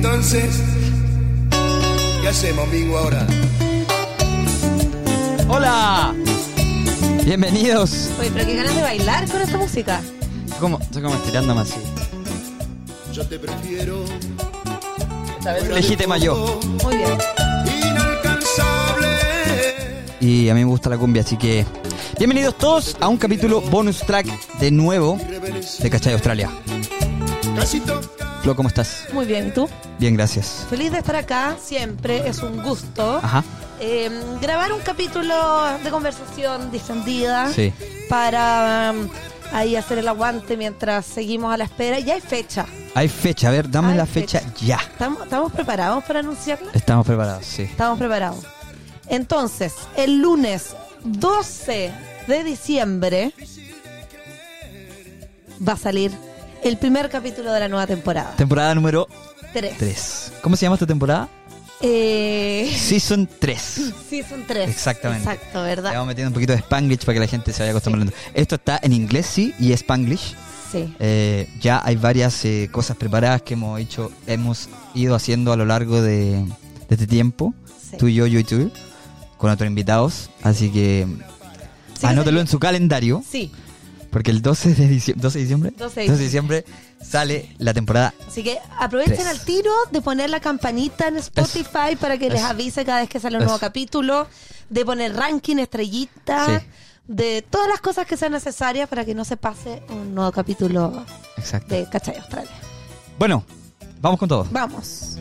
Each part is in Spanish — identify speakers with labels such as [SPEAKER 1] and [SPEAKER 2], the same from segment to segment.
[SPEAKER 1] francés. ¿Qué hacemos, Mingo, ahora?
[SPEAKER 2] ¡Hola! Bienvenidos.
[SPEAKER 3] Oye, pero qué ganas de bailar con esta música.
[SPEAKER 2] ¿Cómo? Estoy como estirándome así.
[SPEAKER 1] Yo te prefiero.
[SPEAKER 2] Esta vez legítima yo.
[SPEAKER 3] Muy bien.
[SPEAKER 1] Inalcanzable.
[SPEAKER 2] Y a mí me gusta la cumbia, así que. Bienvenidos todos a un capítulo bonus track de nuevo de Cachay Australia.
[SPEAKER 1] Casi toca.
[SPEAKER 2] Flo, ¿cómo estás?
[SPEAKER 3] Muy bien, ¿y tú?
[SPEAKER 2] Bien, gracias.
[SPEAKER 3] Feliz de estar acá, siempre es un gusto.
[SPEAKER 2] Ajá.
[SPEAKER 3] Eh, grabar un capítulo de conversación distendida
[SPEAKER 2] Sí.
[SPEAKER 3] para um, ahí hacer el aguante mientras seguimos a la espera. Ya hay fecha.
[SPEAKER 2] Hay fecha, a ver, dame
[SPEAKER 3] Hay
[SPEAKER 2] la fecha, ya.
[SPEAKER 3] ¿Estamos, estamos preparados para anunciarla?
[SPEAKER 2] Estamos preparados, sí.
[SPEAKER 3] Estamos preparados. Entonces, el lunes 12 de diciembre va a salir el primer capítulo de la nueva temporada.
[SPEAKER 2] Temporada número
[SPEAKER 3] Tres.
[SPEAKER 2] 3. ¿Cómo se llama esta temporada?
[SPEAKER 3] Eh,
[SPEAKER 2] Season 3.
[SPEAKER 3] sí, son tres.
[SPEAKER 2] Exactamente.
[SPEAKER 3] Exacto,
[SPEAKER 2] Le
[SPEAKER 3] ¿verdad?
[SPEAKER 2] vamos metiendo un poquito de Spanglish para que la gente se vaya acostumbrando. Esto está en inglés, sí, y Spanglish.
[SPEAKER 3] Sí.
[SPEAKER 2] Eh, ya hay varias eh, cosas preparadas que hemos hecho, hemos ido haciendo a lo largo de, de este tiempo,
[SPEAKER 3] Sí.
[SPEAKER 2] tú y yo, yo y tú, con otros invitados. Así que
[SPEAKER 3] Sí,
[SPEAKER 2] anótelo
[SPEAKER 3] sí.
[SPEAKER 2] en su calendario,
[SPEAKER 3] Sí.
[SPEAKER 2] porque el 12 de, dicie- 12 de diciembre
[SPEAKER 3] 12 de
[SPEAKER 2] diciembre sale la temporada.
[SPEAKER 3] Así que aprovechen
[SPEAKER 2] Tres.
[SPEAKER 3] al tiro de poner la campanita en Spotify para que les
[SPEAKER 2] Eso.
[SPEAKER 3] avise cada vez que sale un nuevo
[SPEAKER 2] Eso.
[SPEAKER 3] capítulo, de poner ranking, estrellita,
[SPEAKER 2] Sí.
[SPEAKER 3] de todas las cosas que sean necesarias para que no se pase un nuevo capítulo
[SPEAKER 2] Exacto.
[SPEAKER 3] de Cachay Australia.
[SPEAKER 2] Bueno, vamos con todo.
[SPEAKER 3] Vamos.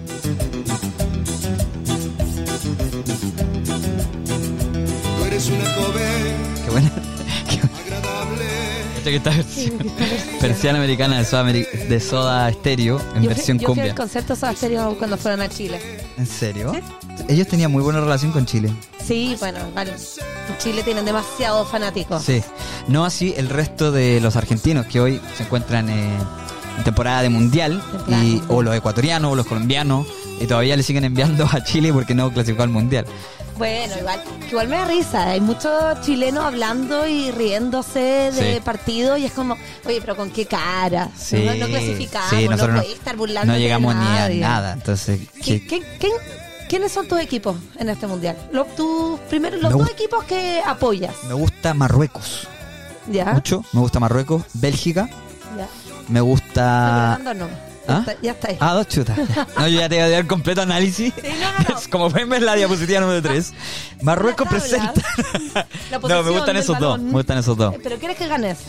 [SPEAKER 1] Tú eres una joven
[SPEAKER 2] Qué buena. Qué buena.
[SPEAKER 1] agradable.
[SPEAKER 2] Cacha que esta versión- persiana americana de soda, ameri- de soda estéreo en
[SPEAKER 3] yo
[SPEAKER 2] versión
[SPEAKER 3] fui, yo fui
[SPEAKER 2] cumbia.
[SPEAKER 3] al concierto de Soda Stereo cuando fueron a Chile.
[SPEAKER 2] ¿En serio? Ellos tenían muy buena relación con Chile.
[SPEAKER 3] Sí, bueno, vale. En Chile tienen demasiados fanáticos.
[SPEAKER 2] Sí, no así el resto de los argentinos que hoy se encuentran eh, en temporada de mundial,
[SPEAKER 3] Temporada.
[SPEAKER 2] y, o los ecuatorianos o los colombianos, y todavía le siguen enviando a Chile porque no clasificó al mundial.
[SPEAKER 3] Bueno, igual, igual me da risa. Hay muchos chilenos hablando y riéndose de
[SPEAKER 2] Sí.
[SPEAKER 3] partido y es como, oye, pero con qué cara.
[SPEAKER 2] Sí,
[SPEAKER 3] no, no clasificamos,
[SPEAKER 2] sí,
[SPEAKER 3] no
[SPEAKER 2] nosotros no,
[SPEAKER 3] podéis estar burlando.
[SPEAKER 2] no llegamos ni a nada. Entonces, que-
[SPEAKER 3] quiénes son tus equipos en este mundial? Los, tus primero, los
[SPEAKER 2] Me
[SPEAKER 3] dos
[SPEAKER 2] gusta-
[SPEAKER 3] equipos que apoyas.
[SPEAKER 2] me gusta Marruecos
[SPEAKER 3] ¿Ya?
[SPEAKER 2] mucho, me gusta Marruecos, Bélgica,
[SPEAKER 3] ya.
[SPEAKER 2] me gusta.
[SPEAKER 3] No, pero Fernando no.
[SPEAKER 2] ¿Ah?
[SPEAKER 3] Ya está- Ya está ahí.
[SPEAKER 2] Ah, dos chutas. No, yo ya te voy a dar completo análisis.
[SPEAKER 3] Sí, no, no, no.
[SPEAKER 2] Es Como ven, ves la diapositiva número 3. Marruecos
[SPEAKER 3] La tabla,
[SPEAKER 2] presenta.
[SPEAKER 3] la
[SPEAKER 2] No,
[SPEAKER 3] posición
[SPEAKER 2] me gustan
[SPEAKER 3] del
[SPEAKER 2] esos dos.
[SPEAKER 3] balón.
[SPEAKER 2] Me gustan esos dos.
[SPEAKER 3] Eh, Pero ¿quieres que ganes?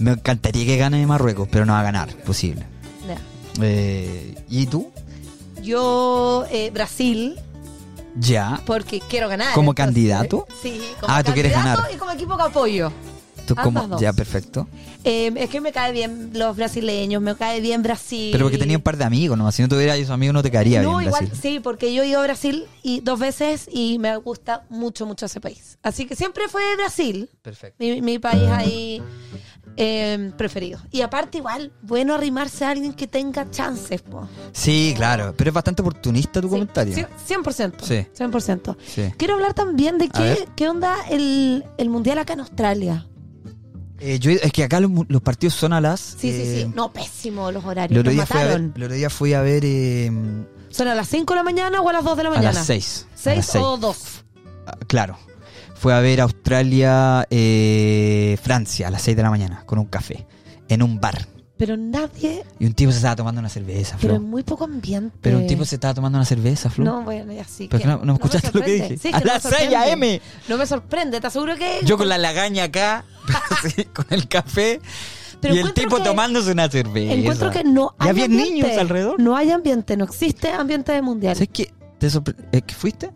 [SPEAKER 2] Me encantaría que gane Marruecos, pero no va a ganar, posible.
[SPEAKER 3] Ya.
[SPEAKER 2] Eh, ¿Y tú?
[SPEAKER 3] Yo, eh, Brasil,
[SPEAKER 2] Ya.
[SPEAKER 3] porque quiero ganar.
[SPEAKER 2] ¿Como
[SPEAKER 3] entonces,
[SPEAKER 2] candidato?
[SPEAKER 3] ¿eh? Sí, como
[SPEAKER 2] Ah, tú quieres
[SPEAKER 3] candidato
[SPEAKER 2] ganar.
[SPEAKER 3] Y como equipo que apoyo.
[SPEAKER 2] ¿Tú
[SPEAKER 3] ambas
[SPEAKER 2] cómo?
[SPEAKER 3] dos.
[SPEAKER 2] Ya, perfecto.
[SPEAKER 3] Eh, es que me cae bien los brasileños, me cae bien Brasil.
[SPEAKER 2] Pero porque tenía un par de amigos nomás. Si no tuviera esos amigos, no te caería
[SPEAKER 3] No,
[SPEAKER 2] bien
[SPEAKER 3] igual,
[SPEAKER 2] Brasil.
[SPEAKER 3] sí, porque yo he ido a Brasil y dos veces y me gusta mucho, mucho ese país. Así que siempre fue Brasil,
[SPEAKER 2] Perfecto.
[SPEAKER 3] mi, mi país
[SPEAKER 2] Ah.
[SPEAKER 3] ahí eh, preferido. Y aparte, igual, bueno arrimarse a alguien que tenga chances, po.
[SPEAKER 2] Sí, claro. Pero es bastante oportunista tu
[SPEAKER 3] Sí,
[SPEAKER 2] comentario.
[SPEAKER 3] cien- 100%.
[SPEAKER 2] Sí.
[SPEAKER 3] 100%.
[SPEAKER 2] Sí.
[SPEAKER 3] Quiero hablar también de
[SPEAKER 2] A ver.
[SPEAKER 3] qué, qué onda el, el mundial acá en Australia.
[SPEAKER 2] Eh, yo- es que acá los, los partidos son a las.
[SPEAKER 3] Sí, sí,
[SPEAKER 2] eh,
[SPEAKER 3] sí. No, pésimo los
[SPEAKER 2] El
[SPEAKER 3] horarios.
[SPEAKER 2] otro,
[SPEAKER 3] Los
[SPEAKER 2] día fui a ver,
[SPEAKER 3] mataron.
[SPEAKER 2] el otro día fui a ver eh,
[SPEAKER 3] ¿Son a las 5 de la mañana o a las 2 de la
[SPEAKER 2] a
[SPEAKER 3] mañana?
[SPEAKER 2] las 6.
[SPEAKER 3] ¿Seis o 2?
[SPEAKER 2] Claro. Fue a ver Australia, eh, Francia a las 6 de la mañana con un café en un bar.
[SPEAKER 3] Pero nadie,
[SPEAKER 2] Y un tipo se estaba tomando una cerveza,
[SPEAKER 3] pero en
[SPEAKER 2] Flo.
[SPEAKER 3] muy poco ambiente.
[SPEAKER 2] Pero un tipo se estaba tomando una cerveza, Flo.
[SPEAKER 3] No, bueno, ya sí.
[SPEAKER 2] Pero
[SPEAKER 3] que-
[SPEAKER 2] no- no
[SPEAKER 3] me
[SPEAKER 2] escuchaste lo que
[SPEAKER 3] sorprende.
[SPEAKER 2] dije.
[SPEAKER 3] Sí, es
[SPEAKER 2] A
[SPEAKER 3] que no me
[SPEAKER 2] las 6
[SPEAKER 3] sorprende.
[SPEAKER 2] AM.
[SPEAKER 3] No me sorprende, te aseguro que.
[SPEAKER 2] Yo con la lagaña acá, sí, con el café
[SPEAKER 3] Pero
[SPEAKER 2] y el
[SPEAKER 3] encuentro
[SPEAKER 2] tipo
[SPEAKER 3] que-
[SPEAKER 2] tomándose una cerveza.
[SPEAKER 3] Encuentro que no
[SPEAKER 2] Y
[SPEAKER 3] hay.
[SPEAKER 2] había
[SPEAKER 3] ambiente.
[SPEAKER 2] niños alrededor.
[SPEAKER 3] No hay ambiente, no existe ambiente de mundial.
[SPEAKER 2] ¿Sabes qué? ¿Te sorpre- eh, que fuiste?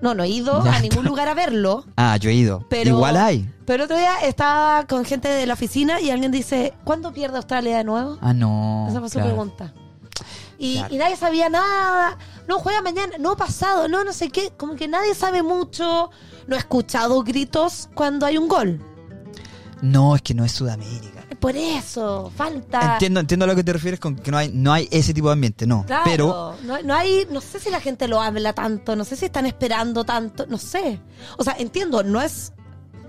[SPEAKER 3] No, no he ido
[SPEAKER 2] Ya
[SPEAKER 3] a ningún
[SPEAKER 2] está.
[SPEAKER 3] lugar a verlo.
[SPEAKER 2] Ah, yo he ido.
[SPEAKER 3] Pero-
[SPEAKER 2] Igual hay.
[SPEAKER 3] Pero el otro día estaba con gente de la oficina y alguien dice: ¿Cuándo pierde Australia de nuevo?
[SPEAKER 2] Ah, no.
[SPEAKER 3] Esa fue su
[SPEAKER 2] claro.
[SPEAKER 3] pregunta. Y,
[SPEAKER 2] Claro.
[SPEAKER 3] y nadie sabía nada. No juega mañana, no pasado, no, no sé qué. Como que nadie sabe mucho. No he escuchado gritos cuando hay un gol.
[SPEAKER 2] No, es que no es Sudamérica.
[SPEAKER 3] Por eso, falta.
[SPEAKER 2] Entiendo, entiendo a lo que te refieres con que no hay, no hay ese tipo de ambiente, no.
[SPEAKER 3] Claro,
[SPEAKER 2] Pero
[SPEAKER 3] no, no hay, no sé si la gente lo habla tanto, no sé si están esperando tanto, no sé. O sea, entiendo, no es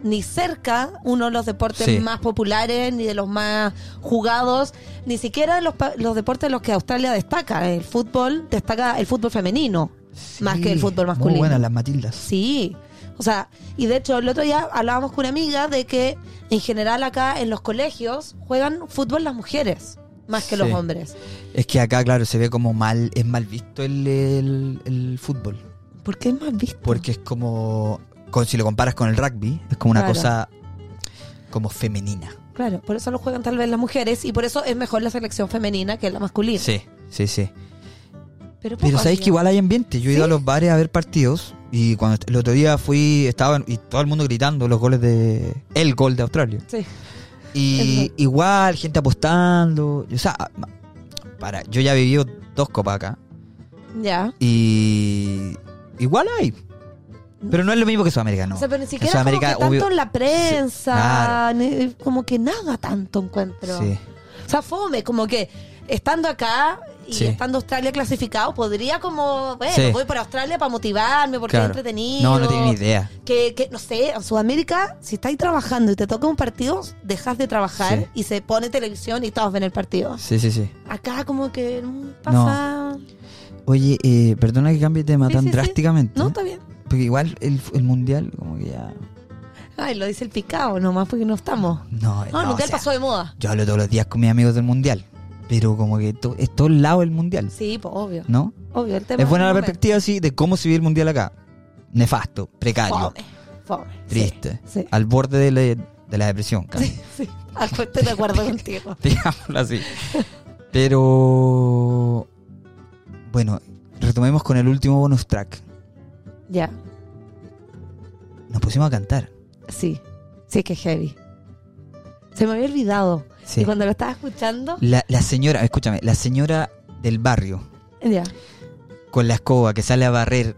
[SPEAKER 3] ni cerca uno de los deportes
[SPEAKER 2] Sí.
[SPEAKER 3] más populares, ni de los más jugados, ni siquiera los, pa- los deportes en los que Australia destaca. El fútbol destaca el fútbol femenino, más que el fútbol masculino.
[SPEAKER 2] Muy buenas las Matildas.
[SPEAKER 3] Sí. O sea, y de hecho el otro día hablábamos con una amiga de que en general acá en los colegios juegan fútbol las mujeres más que los
[SPEAKER 2] Sí.
[SPEAKER 3] hombres.
[SPEAKER 2] Es que acá, claro, se ve como mal, es mal visto el, el- el fútbol.
[SPEAKER 3] ¿Por qué es más visto?
[SPEAKER 2] Porque es como, con- si lo comparas con el rugby, es como una
[SPEAKER 3] Claro.
[SPEAKER 2] cosa como femenina.
[SPEAKER 3] Claro, por eso lo juegan tal vez las mujeres y por eso es mejor la selección femenina que la masculina.
[SPEAKER 2] Sí, sí, sí.
[SPEAKER 3] Pero, poco
[SPEAKER 2] Pero sabéis
[SPEAKER 3] así.
[SPEAKER 2] que igual hay ambiente. Yo he ido a los bares a ver partidos y cuando el otro día fui, estaban y todo el mundo gritando los goles de. El gol de Australia.
[SPEAKER 3] Sí.
[SPEAKER 2] Y
[SPEAKER 3] Exacto.
[SPEAKER 2] igual, gente apostando. O sea, ma- para, yo ya he vivido dos copas acá.
[SPEAKER 3] Ya.
[SPEAKER 2] Y. Igual hay. Pero no es lo mismo que Sudamérica, no.
[SPEAKER 3] O sea, pero ni siquiera
[SPEAKER 2] En Sudamérica,
[SPEAKER 3] como que tanto
[SPEAKER 2] obvio-
[SPEAKER 3] en la prensa,
[SPEAKER 2] Sí, claro.
[SPEAKER 3] ni- como que nada tanto encuentro.
[SPEAKER 2] Sí.
[SPEAKER 3] O sea, fome, como que estando acá y
[SPEAKER 2] Sí.
[SPEAKER 3] estando Australia clasificado, podría como, bueno,
[SPEAKER 2] Sí.
[SPEAKER 3] voy para Australia para motivarme, porque
[SPEAKER 2] Claro.
[SPEAKER 3] es entretenido.
[SPEAKER 2] No, no tiene ni idea.
[SPEAKER 3] Que, que, no sé, en Sudamérica, si estáis trabajando y te toca un partido, dejas de trabajar
[SPEAKER 2] Sí.
[SPEAKER 3] y se pone televisión y todos ven el partido.
[SPEAKER 2] Sí, sí, sí.
[SPEAKER 3] Acá como que mm, pasa...
[SPEAKER 2] Oye, eh, perdona que cambie de tema
[SPEAKER 3] Sí,
[SPEAKER 2] tan
[SPEAKER 3] sí, sí.
[SPEAKER 2] drásticamente.
[SPEAKER 3] No,
[SPEAKER 2] ¿eh?
[SPEAKER 3] está bien.
[SPEAKER 2] Porque igual el, el mundial, como que ya.
[SPEAKER 3] Ay, lo dice el picado nomás porque no estamos.
[SPEAKER 2] No,
[SPEAKER 3] No, el
[SPEAKER 2] Eh, no, o
[SPEAKER 3] mundial
[SPEAKER 2] sea,
[SPEAKER 3] pasó de moda.
[SPEAKER 2] Yo hablo todos los días con mis amigos del mundial. Pero como que to- es todo el lado del mundial,
[SPEAKER 3] Sí, pues obvio.
[SPEAKER 2] ¿no?
[SPEAKER 3] Obvio, el tema
[SPEAKER 2] Es buena la
[SPEAKER 3] del
[SPEAKER 2] perspectiva, sí, de cómo se vive el mundial acá. Nefasto, precario,
[SPEAKER 3] momento. Fome, fome. Sí,
[SPEAKER 2] triste,
[SPEAKER 3] Sí,
[SPEAKER 2] al borde de la, de la depresión, casi.
[SPEAKER 3] sí, sí. Acu- Estoy de acuerdo contigo.
[SPEAKER 2] digámoslo así. Pero. Bueno, retomemos con el último bonus track.
[SPEAKER 3] Ya,
[SPEAKER 2] Nos pusimos a cantar.
[SPEAKER 3] sí. Sí que es heavy. Se me había olvidado.
[SPEAKER 2] Sí.
[SPEAKER 3] Y cuando lo estaba escuchando,
[SPEAKER 2] La, la señora, escúchame, la señora del barrio
[SPEAKER 3] ya.
[SPEAKER 2] con la escoba que sale a barrer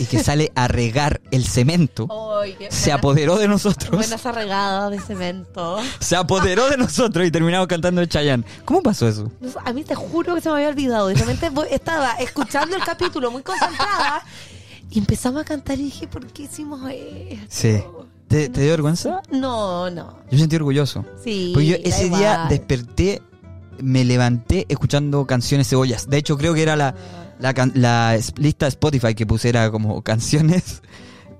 [SPEAKER 2] y que sale a regar el cemento
[SPEAKER 3] Ay, Oh, qué
[SPEAKER 2] se
[SPEAKER 3] buena-
[SPEAKER 2] apoderó de nosotros.
[SPEAKER 3] Buenas arregadas de cemento.
[SPEAKER 2] Se apoderó de nosotros y terminamos cantando el Chayanne. ¿Cómo pasó eso?
[SPEAKER 3] No sé, A mí te juro que se me había olvidado. Y realmente voy- estaba escuchando el capítulo muy concentrada. Y empezamos a cantar y dije, ¿por qué hicimos esto?
[SPEAKER 2] Sí. ¿Te, te dio vergüenza?
[SPEAKER 3] No, no.
[SPEAKER 2] Yo me sentí orgulloso.
[SPEAKER 3] Sí.
[SPEAKER 2] Porque Pues yo
[SPEAKER 3] da
[SPEAKER 2] ese día
[SPEAKER 3] igual.
[SPEAKER 2] desperté, me levanté escuchando canciones cebollas. De hecho, creo que era la, la, can- la es- lista de Spotify que pusiera como canciones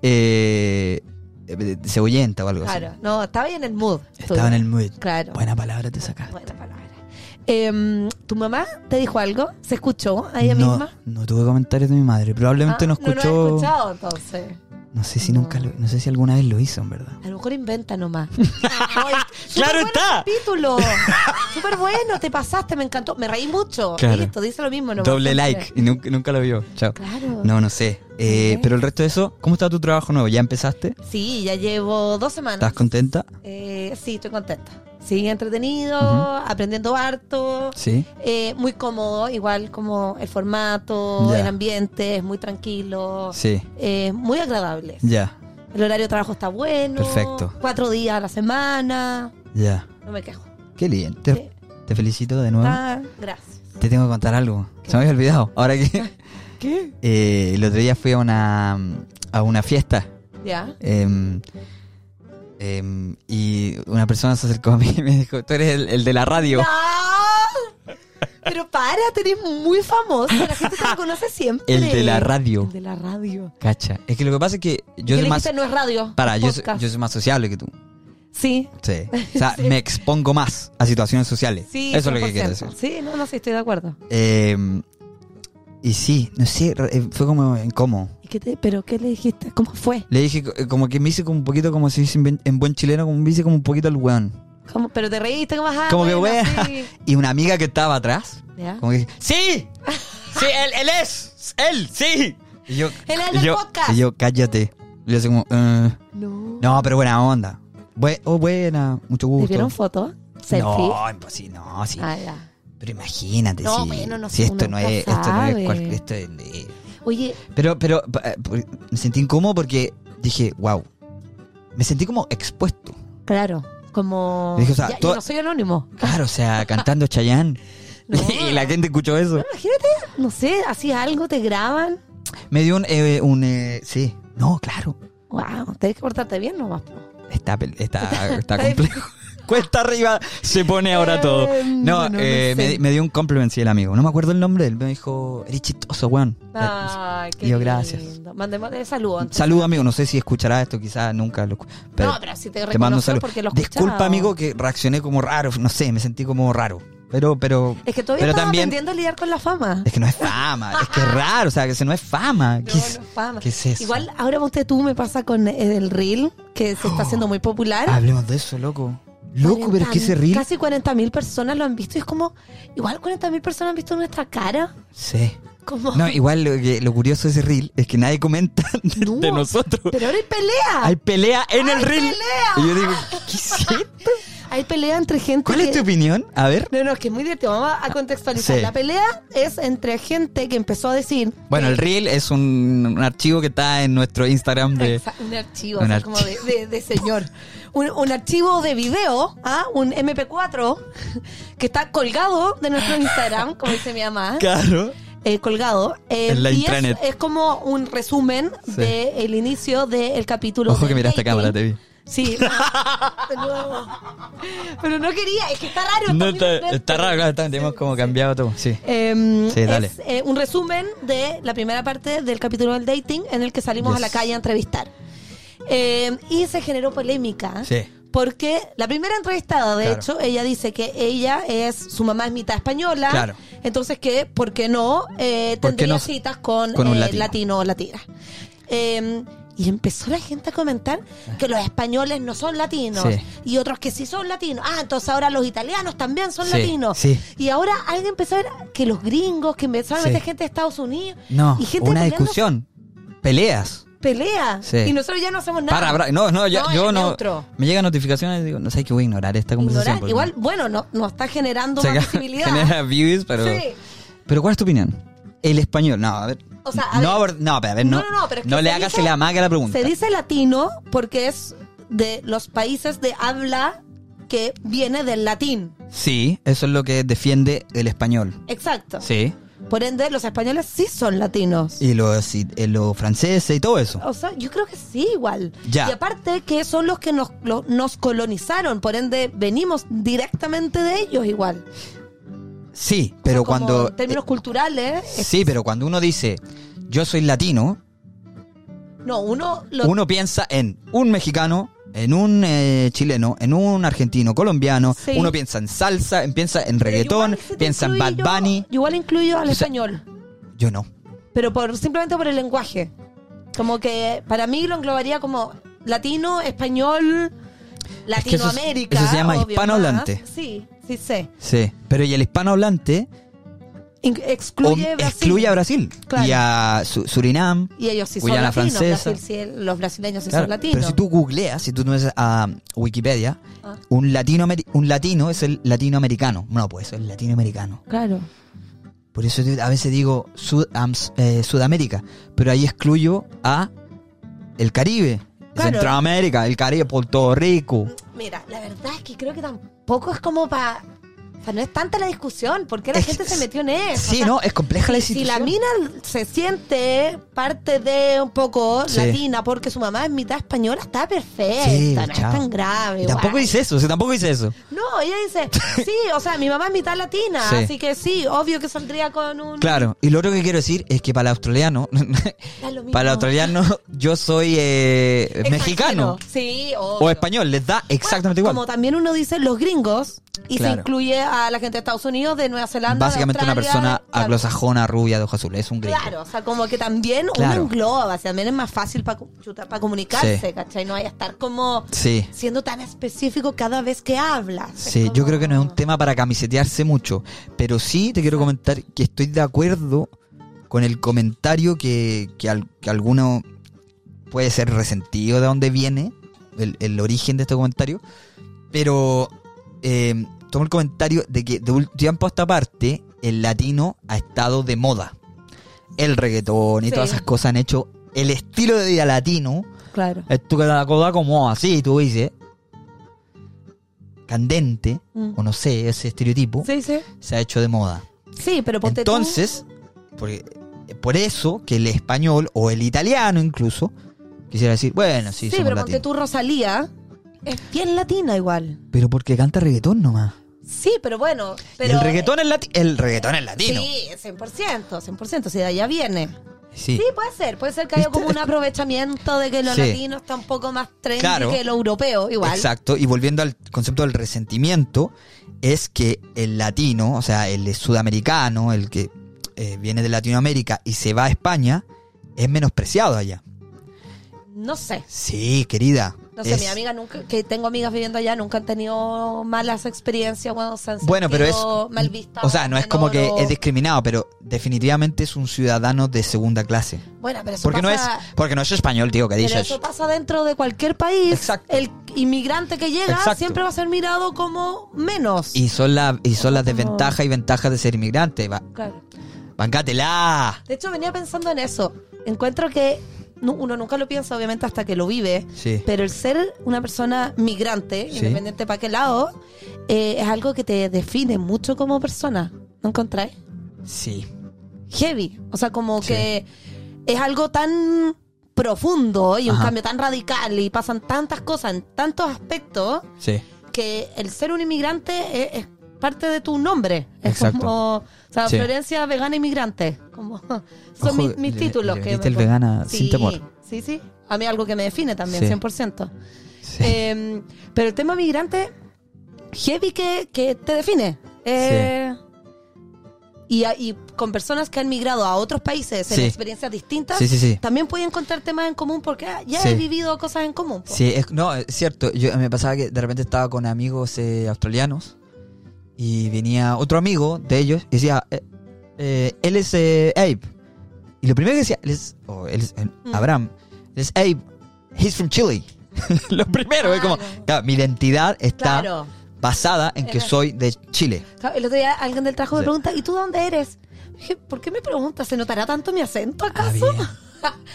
[SPEAKER 2] eh, eh, cebollenta o algo
[SPEAKER 3] Claro, no, estaba ahí en el mood.
[SPEAKER 2] así. Estaba en el mood.
[SPEAKER 3] Claro.
[SPEAKER 2] Buena palabra te sacaste.
[SPEAKER 3] Buena palabra. Em, ¿Tu mamá te dijo algo? ¿Se escuchó a ella
[SPEAKER 2] no,
[SPEAKER 3] misma?
[SPEAKER 2] no tuve comentarios de mi madre. Probablemente
[SPEAKER 3] Ah,
[SPEAKER 2] no
[SPEAKER 3] No lo
[SPEAKER 2] escuchó.
[SPEAKER 3] has escuchado, entonces.
[SPEAKER 2] no sé si
[SPEAKER 3] No.
[SPEAKER 2] nunca, lo- no sé si alguna vez lo hizo, en verdad.
[SPEAKER 3] A lo mejor inventa nomás. Ay,
[SPEAKER 2] ¡Claro
[SPEAKER 3] superbuen
[SPEAKER 2] está!
[SPEAKER 3] capítulo! Súper bueno, te pasaste, me encantó. Me reí mucho.
[SPEAKER 2] Claro.
[SPEAKER 3] Listo, dice lo mismo nomás.
[SPEAKER 2] Doble like y nunca, nunca lo vio. Chao.
[SPEAKER 3] Claro.
[SPEAKER 2] No, no sé. Eh,
[SPEAKER 3] Ok. Ah,
[SPEAKER 2] Pero el resto de eso, ¿cómo está tu trabajo nuevo? ¿Ya empezaste?
[SPEAKER 3] Sí, ya llevo dos semanas.
[SPEAKER 2] ¿Estás contenta?
[SPEAKER 3] Eh, sí, estoy contenta. Sí, entretenido,
[SPEAKER 2] Ujú.
[SPEAKER 3] aprendiendo harto.
[SPEAKER 2] Sí.
[SPEAKER 3] Eh, muy cómodo, igual como el formato,
[SPEAKER 2] Ya.
[SPEAKER 3] el ambiente, es muy tranquilo,
[SPEAKER 2] Sí.
[SPEAKER 3] eh, muy agradable.
[SPEAKER 2] Ya,
[SPEAKER 3] El horario de trabajo está bueno.
[SPEAKER 2] Perfecto.
[SPEAKER 3] Cuatro días a la semana,
[SPEAKER 2] ya.
[SPEAKER 3] no me quejo.
[SPEAKER 2] Qué lindo. Te,
[SPEAKER 3] Sí.
[SPEAKER 2] te felicito de nuevo.
[SPEAKER 3] Ah, gracias.
[SPEAKER 2] Te tengo que contar algo. Se me había olvidado. Ahora que.
[SPEAKER 3] ¿Qué?
[SPEAKER 2] Eh, el otro día fui a una, a una fiesta.
[SPEAKER 3] Ya.
[SPEAKER 2] em, em, y una persona se acercó a mí y me dijo: Tú eres el, el de la radio.
[SPEAKER 3] ¡No! Pero para, tú eres muy famoso, la gente te reconoce siempre.
[SPEAKER 2] El de la radio.
[SPEAKER 3] El de la radio.
[SPEAKER 2] Cacha. Es que lo que pasa es que yo
[SPEAKER 3] ¿Qué
[SPEAKER 2] soy
[SPEAKER 3] le
[SPEAKER 2] más.
[SPEAKER 3] dijiste? no es radio.
[SPEAKER 2] Para,
[SPEAKER 3] es
[SPEAKER 2] yo soy,
[SPEAKER 3] podcast.
[SPEAKER 2] yo soy más sociable que tú.
[SPEAKER 3] Sí,
[SPEAKER 2] Sí. O sea, me expongo más a situaciones sociales.
[SPEAKER 3] sí.
[SPEAKER 2] Eso es lo que quiero
[SPEAKER 3] 100%.
[SPEAKER 2] decir.
[SPEAKER 3] Sí, no, no, sí, estoy de acuerdo.
[SPEAKER 2] Eh, y sí, no sé, re- eh, fue como incómodo.
[SPEAKER 3] ¿Y qué te- ¿Pero qué le dijiste? ¿Cómo fue?
[SPEAKER 2] Le dije co- eh, como que me hice como un poquito, como se dice en ben- en buen chileno, como me hice como un poquito al weón.
[SPEAKER 3] ¿Cómo? Pero te reíste, ¿cómo vas
[SPEAKER 2] Como que wea.
[SPEAKER 3] Sí.
[SPEAKER 2] Y una amiga que estaba atrás,
[SPEAKER 3] ¿Ya?
[SPEAKER 2] como que dije, ¡Sí! ¡Sí, él, él es! ¡Él, sí! Y yo,
[SPEAKER 3] Él es
[SPEAKER 2] y
[SPEAKER 3] del
[SPEAKER 2] yo,
[SPEAKER 3] podcast.
[SPEAKER 2] y yo, cállate. Y yo así como, "Eh,
[SPEAKER 3] No.
[SPEAKER 2] no, pero buena onda. Bue- oh, buena, mucho
[SPEAKER 3] ¿Te
[SPEAKER 2] gusto.
[SPEAKER 3] vieron foto? ¿Selfie?
[SPEAKER 2] No, pues sí, no, sí.
[SPEAKER 3] Ah, ya.
[SPEAKER 2] Pero imagínate,
[SPEAKER 3] No,
[SPEAKER 2] si,
[SPEAKER 3] bueno, no
[SPEAKER 2] si
[SPEAKER 3] sé,
[SPEAKER 2] esto, no
[SPEAKER 3] uno nunca
[SPEAKER 2] es, esto no es
[SPEAKER 3] sabe.
[SPEAKER 2] cual- esto es- eh.
[SPEAKER 3] Oye,
[SPEAKER 2] Pero, pero pa- eh, por- me sentí incómodo porque dije, wow. Me sentí como expuesto.
[SPEAKER 3] claro, como...
[SPEAKER 2] Dije, o sea,
[SPEAKER 3] Ya,
[SPEAKER 2] todo-
[SPEAKER 3] Yo no soy anónimo.
[SPEAKER 2] Claro, o sea, cantando Chayanne.
[SPEAKER 3] No.
[SPEAKER 2] y la gente escuchó eso.
[SPEAKER 3] Imagínate, no sé, así algo, te graban.
[SPEAKER 2] Me dio un... eh, un eh, sí, no, claro.
[SPEAKER 3] Wow, tenés que portarte bien nomás. po.
[SPEAKER 2] Está, pel- está, está complejo. Cuesta arriba se pone ahora todo.
[SPEAKER 3] Eh,
[SPEAKER 2] No,
[SPEAKER 3] no
[SPEAKER 2] eh,
[SPEAKER 3] lo sé.
[SPEAKER 2] me, me dio un compliment, sí, el amigo. No me acuerdo el nombre, él me dijo, eres chistoso, weón.
[SPEAKER 3] Ay, qué
[SPEAKER 2] Yo,
[SPEAKER 3] lindo.
[SPEAKER 2] gracias.
[SPEAKER 3] Mandemos eh, saludos. antes.
[SPEAKER 2] Saludo, amigo. Ah, No sé si escuchará esto, quizás nunca lo escu-
[SPEAKER 3] no, pero si te,
[SPEAKER 2] Te mando un
[SPEAKER 3] reconozco
[SPEAKER 2] saludo.
[SPEAKER 3] porque lo escuchaba.
[SPEAKER 2] Disculpa, amigo, que reaccioné como raro. No sé, me sentí como raro. Pero, pero.
[SPEAKER 3] Es que todavía
[SPEAKER 2] pero
[SPEAKER 3] estamos
[SPEAKER 2] también.
[SPEAKER 3] aprendiendo a lidiar con la fama.
[SPEAKER 2] Es que no es fama. es que es raro. O sea, que se no es fama.
[SPEAKER 3] No,
[SPEAKER 2] ¿Qué, es,
[SPEAKER 3] no es fama.
[SPEAKER 2] qué es eso?
[SPEAKER 3] Igual ahora usted tú me pasa con eh, el reel que se está haciendo muy popular.
[SPEAKER 2] Ah, Hablemos de eso, loco. Loco, pero es que
[SPEAKER 3] 40.000
[SPEAKER 2] ese reel.
[SPEAKER 3] Casi 40.000 personas lo han visto y es como, igual 40.000 personas han visto nuestra cara.
[SPEAKER 2] Sí.
[SPEAKER 3] Como,
[SPEAKER 2] No, igual lo, que- lo curioso de ese reel es que nadie comenta de,
[SPEAKER 3] No.
[SPEAKER 2] de nosotros.
[SPEAKER 3] pero ahora hay pelea.
[SPEAKER 2] Hay
[SPEAKER 3] Hay,
[SPEAKER 2] pelea en el
[SPEAKER 3] ¡Hay
[SPEAKER 2] reel.
[SPEAKER 3] pelea!
[SPEAKER 2] Y yo digo, ¿qué es esto?
[SPEAKER 3] pelea entre gente
[SPEAKER 2] ¿Cuál
[SPEAKER 3] que...
[SPEAKER 2] es tu opinión? A ver.
[SPEAKER 3] No, no, es que es muy divertido. Vamos a contextualizar.
[SPEAKER 2] Sí.
[SPEAKER 3] La pelea es entre gente que empezó a decir...
[SPEAKER 2] Bueno,
[SPEAKER 3] que-
[SPEAKER 2] el reel es un, un archivo que está en nuestro Instagram de.
[SPEAKER 3] Exa- un archivo,
[SPEAKER 2] un
[SPEAKER 3] así como de, de- de señor. Un, un archivo de video, ¿ah? un MP4, que está colgado de nuestro Instagram, como dice mi mamá.
[SPEAKER 2] Claro.
[SPEAKER 3] eh, colgado. eh,
[SPEAKER 2] En la
[SPEAKER 3] y es-
[SPEAKER 2] intranet.
[SPEAKER 3] Es, como un resumen
[SPEAKER 2] Sí.
[SPEAKER 3] del inicio del capítulo.
[SPEAKER 2] Ojo
[SPEAKER 3] de
[SPEAKER 2] que miraste a
[SPEAKER 3] dating.
[SPEAKER 2] cámara, te vi.
[SPEAKER 3] Sí. ah, De nuevo. Pero no quería, es que está
[SPEAKER 2] No,
[SPEAKER 3] raro. está muy
[SPEAKER 2] está,
[SPEAKER 3] diferente.
[SPEAKER 2] está raro, claro, está- hemos como cambiado todo. Sí.
[SPEAKER 3] Em,
[SPEAKER 2] Sí, dale.
[SPEAKER 3] Es eh, un resumen de la primera parte del capítulo del dating en el que salimos
[SPEAKER 2] Yes.
[SPEAKER 3] a la calle a entrevistar. Em, y se generó polémica.
[SPEAKER 2] Sí.
[SPEAKER 3] Porque la primera entrevistada, de
[SPEAKER 2] Claro.
[SPEAKER 3] hecho, ella dice que ella es, su mamá es mitad española.
[SPEAKER 2] Claro.
[SPEAKER 3] Entonces que, ¿por qué no? Eh,
[SPEAKER 2] ¿Por qué
[SPEAKER 3] tendría
[SPEAKER 2] no?
[SPEAKER 3] citas con,
[SPEAKER 2] Con un
[SPEAKER 3] eh,
[SPEAKER 2] latino.
[SPEAKER 3] latino o latina. Em, y empezó la gente a comentar que los españoles no son latinos
[SPEAKER 2] Sí.
[SPEAKER 3] y otros que sí son latinos. Ah, entonces ahora los italianos también son
[SPEAKER 2] Sí,
[SPEAKER 3] latinos.
[SPEAKER 2] sí.
[SPEAKER 3] Y ahora alguien empezó a ver que los gringos, que empezaron a
[SPEAKER 2] Sí.
[SPEAKER 3] meter gente de Estados Unidos.
[SPEAKER 2] No,
[SPEAKER 3] y gente
[SPEAKER 2] una
[SPEAKER 3] peleando
[SPEAKER 2] discusión. Peleas.
[SPEAKER 3] Pelea.
[SPEAKER 2] Sí.
[SPEAKER 3] Y nosotros ya no hacemos nada.
[SPEAKER 2] Para, para- no, no, ya-
[SPEAKER 3] No,
[SPEAKER 2] yo
[SPEAKER 3] es
[SPEAKER 2] no.
[SPEAKER 3] neutro.
[SPEAKER 2] Me llegan notificaciones y digo, no sé qué voy a ignorar esta conversación.
[SPEAKER 3] Ignorar.
[SPEAKER 2] porque-
[SPEAKER 3] Igual, bueno, no, nos está generando
[SPEAKER 2] O sea,
[SPEAKER 3] más visibilidad.
[SPEAKER 2] genera views, pero.
[SPEAKER 3] Sí.
[SPEAKER 2] Pero ¿cuál es tu opinión? El español, no, a ver.
[SPEAKER 3] O sea, a
[SPEAKER 2] no,
[SPEAKER 3] ver-
[SPEAKER 2] abord- no, pero a ver, no.
[SPEAKER 3] No, no, no, pero es que
[SPEAKER 2] le
[SPEAKER 3] se
[SPEAKER 2] hagas
[SPEAKER 3] dice-
[SPEAKER 2] la amaga a la pregunta.
[SPEAKER 3] Se dice latino porque es de los países de habla que viene del latín.
[SPEAKER 2] Sí, eso es lo que defiende el español.
[SPEAKER 3] Exacto.
[SPEAKER 2] Sí.
[SPEAKER 3] Por ende, los españoles sí son latinos.
[SPEAKER 2] Y los, y- eh, los franceses y todo eso.
[SPEAKER 3] O sea, yo creo que sí, igual.
[SPEAKER 2] Ya.
[SPEAKER 3] Y aparte que son los que nos, lo- nos colonizaron, por ende venimos directamente de ellos igual.
[SPEAKER 2] Sí, pero
[SPEAKER 3] O sea, como
[SPEAKER 2] cuando.
[SPEAKER 3] En términos culturales,
[SPEAKER 2] eh,
[SPEAKER 3] es-
[SPEAKER 2] sí, pero cuando uno dice, yo soy latino,
[SPEAKER 3] no, uno lo...
[SPEAKER 2] uno piensa en un mexicano, en un eh, chileno, en un argentino, colombiano.
[SPEAKER 3] Sí.
[SPEAKER 2] Uno piensa en salsa, en- piensa en
[SPEAKER 3] pero igual
[SPEAKER 2] reggaetón,
[SPEAKER 3] se te
[SPEAKER 2] piensa en Bad
[SPEAKER 3] incluyo-
[SPEAKER 2] Bunny.
[SPEAKER 3] yo Igual incluyo al
[SPEAKER 2] O sea-
[SPEAKER 3] español,
[SPEAKER 2] Yo no.
[SPEAKER 3] pero por simplemente por el lenguaje. Como que para mí lo englobaría como latino, español,
[SPEAKER 2] Es que eso es-
[SPEAKER 3] Latinoamérica.
[SPEAKER 2] eso se llama
[SPEAKER 3] obvio,
[SPEAKER 2] hispanohablante.
[SPEAKER 3] más. Sí, sí sé.
[SPEAKER 2] Sí. Pero y el hispanohablante
[SPEAKER 3] In- excluye,
[SPEAKER 2] om-
[SPEAKER 3] Brasil.
[SPEAKER 2] excluye a Brasil
[SPEAKER 3] Claro.
[SPEAKER 2] y a Su- Surinam.
[SPEAKER 3] Y ellos sí
[SPEAKER 2] Guyana
[SPEAKER 3] son latinos.
[SPEAKER 2] francesa.
[SPEAKER 3] Brasil sí, los brasileños sí
[SPEAKER 2] Claro,
[SPEAKER 3] son latinos.
[SPEAKER 2] Pero si tú googleas, si tú no ves a um, Wikipedia,
[SPEAKER 3] Ah.
[SPEAKER 2] un, latinoameri- un latino es el latinoamericano. No, pues eso es el latinoamericano.
[SPEAKER 3] Claro.
[SPEAKER 2] Por eso yo a veces digo Sud- Ams- eh, Sudamérica, pero ahí excluyo a el Caribe,
[SPEAKER 3] Claro.
[SPEAKER 2] Centroamérica, el Caribe, Puerto Rico.
[SPEAKER 3] Mira, la verdad es que creo que tampoco es como para... O sea, no es tanta la discusión. ¿Por qué la
[SPEAKER 2] Es-
[SPEAKER 3] gente se metió en eso?
[SPEAKER 2] Sí,
[SPEAKER 3] O sea,
[SPEAKER 2] no, es compleja la
[SPEAKER 3] Si
[SPEAKER 2] situación.
[SPEAKER 3] la mina se siente parte de un poco
[SPEAKER 2] Sí.
[SPEAKER 3] latina porque su mamá es mitad española, está perfecta,
[SPEAKER 2] Sí,
[SPEAKER 3] no es
[SPEAKER 2] chao.
[SPEAKER 3] tan grave.
[SPEAKER 2] Y tampoco
[SPEAKER 3] guay.
[SPEAKER 2] dice eso, o sea, tampoco dice eso.
[SPEAKER 3] No, ella dice, sí, o sea, mi mamá es mitad latina,
[SPEAKER 2] Sí.
[SPEAKER 3] así que sí, obvio que saldría con un...
[SPEAKER 2] Claro, y lo otro que quiero decir es que para el australiano,
[SPEAKER 3] Da lo mismo.
[SPEAKER 2] para el australiano yo soy eh, mexicano
[SPEAKER 3] Extranjero. Sí,
[SPEAKER 2] o
[SPEAKER 3] obvio.
[SPEAKER 2] español, les da exactamente
[SPEAKER 3] Bueno,
[SPEAKER 2] igual.
[SPEAKER 3] Como también uno dice los gringos y
[SPEAKER 2] Claro.
[SPEAKER 3] se incluye a la gente de Estados Unidos, de Nueva Zelanda. de
[SPEAKER 2] Básicamente una
[SPEAKER 3] Australia,
[SPEAKER 2] persona
[SPEAKER 3] de- claro.
[SPEAKER 2] anglosajona, rubia, de ojos azules, es un gringo.
[SPEAKER 3] Claro, o sea, como que también
[SPEAKER 2] Claro.
[SPEAKER 3] uno engloba, o sea, también es más fácil para comunicarse,
[SPEAKER 2] Sí.
[SPEAKER 3] ¿cachai? No hay a estar como
[SPEAKER 2] Sí.
[SPEAKER 3] siendo tan específico cada vez que hablas. Es
[SPEAKER 2] Sí, yo
[SPEAKER 3] como-
[SPEAKER 2] creo que no es un tema para camisetearse mucho, pero sí te quiero comentar que estoy de acuerdo con el comentario que, que, al- que alguno puede ser resentido de dónde viene, el, el origen de este comentario, pero eh, tomo el comentario de que de un tiempo a esta parte el latino ha estado de moda. El reggaetón y
[SPEAKER 3] Sí.
[SPEAKER 2] todas esas cosas han hecho el estilo de vida latino.
[SPEAKER 3] Claro.
[SPEAKER 2] Esto que la cosa como así, tú dices. Candente,
[SPEAKER 3] Mm.
[SPEAKER 2] o no sé, ese estereotipo,
[SPEAKER 3] Sí, sí.
[SPEAKER 2] se ha hecho de moda.
[SPEAKER 3] Sí, pero ponte tú-
[SPEAKER 2] Entonces, porque- por eso que el español o el italiano incluso, quisiera decir, bueno, sí,
[SPEAKER 3] Sí,
[SPEAKER 2] somos
[SPEAKER 3] pero ponte
[SPEAKER 2] latinos.
[SPEAKER 3] tú Rosalía, es bien latina igual.
[SPEAKER 2] Pero porque canta reggaetón nomás.
[SPEAKER 3] Sí, pero bueno.
[SPEAKER 2] Y
[SPEAKER 3] Pero, eh,
[SPEAKER 2] el reggaetón es lati- el reggaetón es latino.
[SPEAKER 3] Sí, 100%, 100%, si de allá viene.
[SPEAKER 2] Sí.
[SPEAKER 3] Sí, puede ser, puede ser que haya
[SPEAKER 2] ¿Viste?
[SPEAKER 3] como un aprovechamiento de que los
[SPEAKER 2] Sí.
[SPEAKER 3] latinos están un poco más trendy
[SPEAKER 2] Claro.
[SPEAKER 3] que los europeos, igual.
[SPEAKER 2] Exacto. Y volviendo al concepto del resentimiento, es que el latino, o sea, el sudamericano, el que eh, viene de Latinoamérica y se va a España, es menospreciado allá.
[SPEAKER 3] No sé.
[SPEAKER 2] Sí, querida.
[SPEAKER 3] No sé,
[SPEAKER 2] Es-
[SPEAKER 3] mi amiga nunca, que tengo amigas viviendo allá, nunca han tenido malas experiencias cuando se han
[SPEAKER 2] Bueno, pero es.
[SPEAKER 3] sentido mal vistas.
[SPEAKER 2] O sea, no es como que
[SPEAKER 3] menores.
[SPEAKER 2] es discriminado, pero definitivamente es un ciudadano de segunda clase.
[SPEAKER 3] Bueno, pero eso
[SPEAKER 2] Porque no es,
[SPEAKER 3] pasa-
[SPEAKER 2] porque no es español, tío, que
[SPEAKER 3] Pero
[SPEAKER 2] dices.
[SPEAKER 3] eso pasa dentro de cualquier país.
[SPEAKER 2] Exacto.
[SPEAKER 3] El inmigrante que llega
[SPEAKER 2] Exacto.
[SPEAKER 3] siempre va a ser mirado como menos.
[SPEAKER 2] Y son, la, y son las
[SPEAKER 3] Como-
[SPEAKER 2] desventajas y ventajas de ser inmigrante. Va,
[SPEAKER 3] Claro.
[SPEAKER 2] bancátela.
[SPEAKER 3] De hecho, venía pensando en eso. Encuentro que nu- uno nunca lo piensa, obviamente, hasta que lo vive.
[SPEAKER 2] Sí.
[SPEAKER 3] Pero el ser una persona migrante,
[SPEAKER 2] Sí.
[SPEAKER 3] independiente para qué lado, eh, es algo que te define mucho como persona. ¿No encontráis?
[SPEAKER 2] Sí.
[SPEAKER 3] Heavy. O sea, como
[SPEAKER 2] Sí.
[SPEAKER 3] que es algo tan profundo y un
[SPEAKER 2] Ajá.
[SPEAKER 3] cambio tan radical y pasan tantas cosas en tantos aspectos
[SPEAKER 2] Sí.
[SPEAKER 3] que el ser un inmigrante es, es parte de tu nombre. Es
[SPEAKER 2] Exacto.
[SPEAKER 3] como, o sea,
[SPEAKER 2] Sí.
[SPEAKER 3] Florencia vegana inmigrante. Como, son
[SPEAKER 2] Ojo,
[SPEAKER 3] mis, mis
[SPEAKER 2] le-
[SPEAKER 3] títulos.
[SPEAKER 2] le
[SPEAKER 3] que
[SPEAKER 2] metiste
[SPEAKER 3] me
[SPEAKER 2] el
[SPEAKER 3] ponen.
[SPEAKER 2] vegana sin temor.
[SPEAKER 3] Sí, sí. A mí algo que me define también,
[SPEAKER 2] Sí.
[SPEAKER 3] 100%.
[SPEAKER 2] Sí.
[SPEAKER 3] Eh, pero el tema migrante, heavy que, que te define. Eh, y, a- y con personas que han migrado a otros países en
[SPEAKER 2] Sí.
[SPEAKER 3] experiencias distintas,
[SPEAKER 2] Sí, sí, sí.
[SPEAKER 3] también pueden encontrar temas en común porque ah, ya
[SPEAKER 2] Sí.
[SPEAKER 3] he vivido cosas en común. po.
[SPEAKER 2] Sí, es- no, es cierto. Yo, me pasaba que de repente estaba con amigos eh, australianos y venía otro amigo de ellos y decía, eh, eh, él es eh, Abe. Y lo primero que decía, él es, o él es, eh,
[SPEAKER 3] Mm.
[SPEAKER 2] Abraham, él es Abe, he's from Chile. lo primero, es como,
[SPEAKER 3] Claro.
[SPEAKER 2] claro, mi identidad está
[SPEAKER 3] Claro.
[SPEAKER 2] basada en que
[SPEAKER 3] Ajá.
[SPEAKER 2] soy de Chile.
[SPEAKER 3] Claro, El otro día alguien del trabajo me
[SPEAKER 2] Sí.
[SPEAKER 3] pregunta, ¿y tú de dónde eres? Dije, ¿por qué me preguntas? ¿Se notará tanto mi acento
[SPEAKER 2] Ah,
[SPEAKER 3] acaso?
[SPEAKER 2] bien.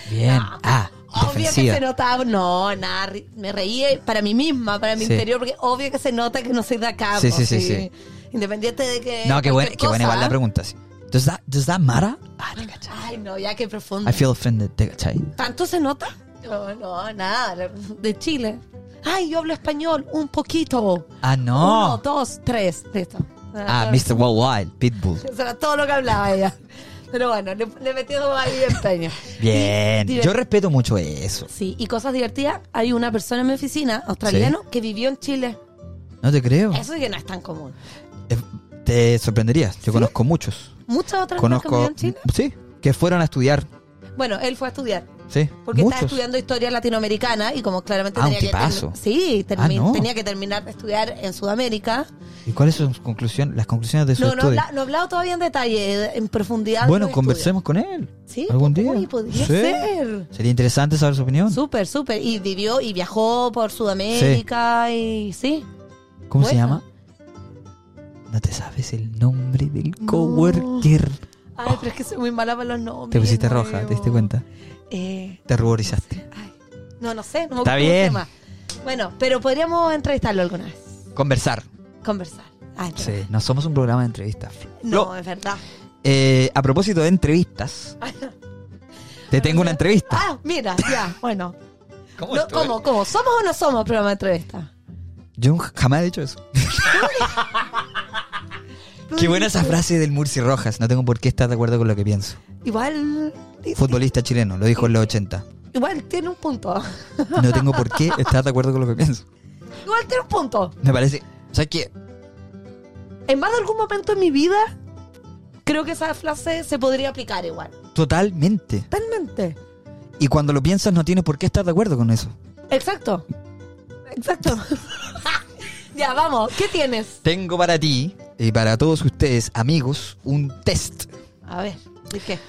[SPEAKER 2] Bien. Ah,
[SPEAKER 3] Obvio que
[SPEAKER 2] defensiva.
[SPEAKER 3] se notaba. No, nada, ri- me reí eh, para mí misma, para mi
[SPEAKER 2] Sí.
[SPEAKER 3] interior, porque obvio que se nota que no soy de acá.
[SPEAKER 2] Sí,
[SPEAKER 3] po,
[SPEAKER 2] sí, sí,
[SPEAKER 3] sí.
[SPEAKER 2] sí.
[SPEAKER 3] Independiente de que.
[SPEAKER 2] No, qué buena,
[SPEAKER 3] cualquier
[SPEAKER 2] qué buena igual
[SPEAKER 3] cosa. Mm.
[SPEAKER 2] la pregunta. sí. Does that, does that matter? Ah, te cachai.
[SPEAKER 3] Ay, no, ya qué profundo.
[SPEAKER 2] I feel offended, te cachai.
[SPEAKER 3] ¿Tanto se nota? No, no, nada, de Chile. Ay, yo hablo español, un poquito.
[SPEAKER 2] Ah,
[SPEAKER 3] Uno,
[SPEAKER 2] no.
[SPEAKER 3] dos, tres, listo.
[SPEAKER 2] Ah, Mr. Worldwide, Pitbull.
[SPEAKER 3] Eso era todo lo que hablaba ella. Pero bueno, le, le metió ahí empeño.
[SPEAKER 2] Bien.
[SPEAKER 3] Y-
[SPEAKER 2] Yo respeto mucho eso.
[SPEAKER 3] Sí, y cosas divertidas. Hay una persona en mi oficina, australiano, que vivió en Chile.
[SPEAKER 2] No te creo.
[SPEAKER 3] Eso sí que no es tan común.
[SPEAKER 2] Te- Te sorprenderías. Yo conozco muchos.
[SPEAKER 3] Muchas otras personas que
[SPEAKER 2] Conozco.
[SPEAKER 3] vivieron en Chile.
[SPEAKER 2] Sí. Que fueron a estudiar.
[SPEAKER 3] Bueno, él fue a estudiar.
[SPEAKER 2] Sí.
[SPEAKER 3] Porque
[SPEAKER 2] muchos.
[SPEAKER 3] estaba estudiando historia latinoamericana y como claramente
[SPEAKER 2] Ah, un
[SPEAKER 3] tenía, que
[SPEAKER 2] tipazo.
[SPEAKER 3] termi- sí, termi-
[SPEAKER 2] Ah, no.
[SPEAKER 3] tenía que terminar de estudiar en Sudamérica.
[SPEAKER 2] ¿Y cuáles son sus conclusiones, las conclusiones de su
[SPEAKER 3] No, no,
[SPEAKER 2] estudio?
[SPEAKER 3] habla- no he hablado todavía en detalle, en profundidad. de
[SPEAKER 2] bueno,
[SPEAKER 3] los
[SPEAKER 2] conversemos con él.
[SPEAKER 3] estudios. Sí,
[SPEAKER 2] algún
[SPEAKER 3] pues,
[SPEAKER 2] día.
[SPEAKER 3] uy, podría
[SPEAKER 2] Sí.
[SPEAKER 3] ser.
[SPEAKER 2] Sería interesante saber su opinión.
[SPEAKER 3] Súper, súper. Y vivió y viajó por Sudamérica y sí.
[SPEAKER 2] ¿Cómo se
[SPEAKER 3] Bueno.
[SPEAKER 2] llama? No te sabes el nombre del coworker.
[SPEAKER 3] Ay, pero es que soy muy mala para los nombres.
[SPEAKER 2] Te pusiste
[SPEAKER 3] Mario.
[SPEAKER 2] roja, ¿te diste cuenta?
[SPEAKER 3] Eh,
[SPEAKER 2] Te ruborizaste.
[SPEAKER 3] ay, no, no sé. No me
[SPEAKER 2] Está
[SPEAKER 3] acuerdo el
[SPEAKER 2] bien.
[SPEAKER 3] tema. Bueno, pero podríamos entrevistarlo alguna vez.
[SPEAKER 2] Conversar.
[SPEAKER 3] Conversar. Ay, pero-
[SPEAKER 2] Sí, no somos un programa de entrevistas.
[SPEAKER 3] No,
[SPEAKER 2] Flo,
[SPEAKER 3] es verdad.
[SPEAKER 2] eh, a propósito de entrevistas, te tengo una entrevista.
[SPEAKER 3] Ah, mira, ya, bueno.
[SPEAKER 2] ¿Cómo?
[SPEAKER 3] No, ¿Cómo, cómo? ¿Somos o no somos programa de entrevista?
[SPEAKER 2] Yo jamás he dicho eso. Qué buena esa frase del Murci Rojas. No tengo por qué estar de acuerdo con lo que pienso.
[SPEAKER 3] Igual,
[SPEAKER 2] Futbolista chileno, lo dijo en los 80.
[SPEAKER 3] igual tiene un punto.
[SPEAKER 2] No tengo por qué estar de acuerdo con lo que pienso.
[SPEAKER 3] Igual tiene un punto.
[SPEAKER 2] Me parece. ¿Sabes qué?
[SPEAKER 3] En más de algún momento en mi vida, creo que esa frase se podría aplicar igual.
[SPEAKER 2] Totalmente.
[SPEAKER 3] Totalmente.
[SPEAKER 2] Y cuando lo piensas, no tienes por qué estar de acuerdo con eso.
[SPEAKER 3] Exacto. Exacto. ya, vamos. ¿Qué tienes?
[SPEAKER 2] Tengo para ti y para todos ustedes, amigos, un test.
[SPEAKER 3] A ver, ¿de qué?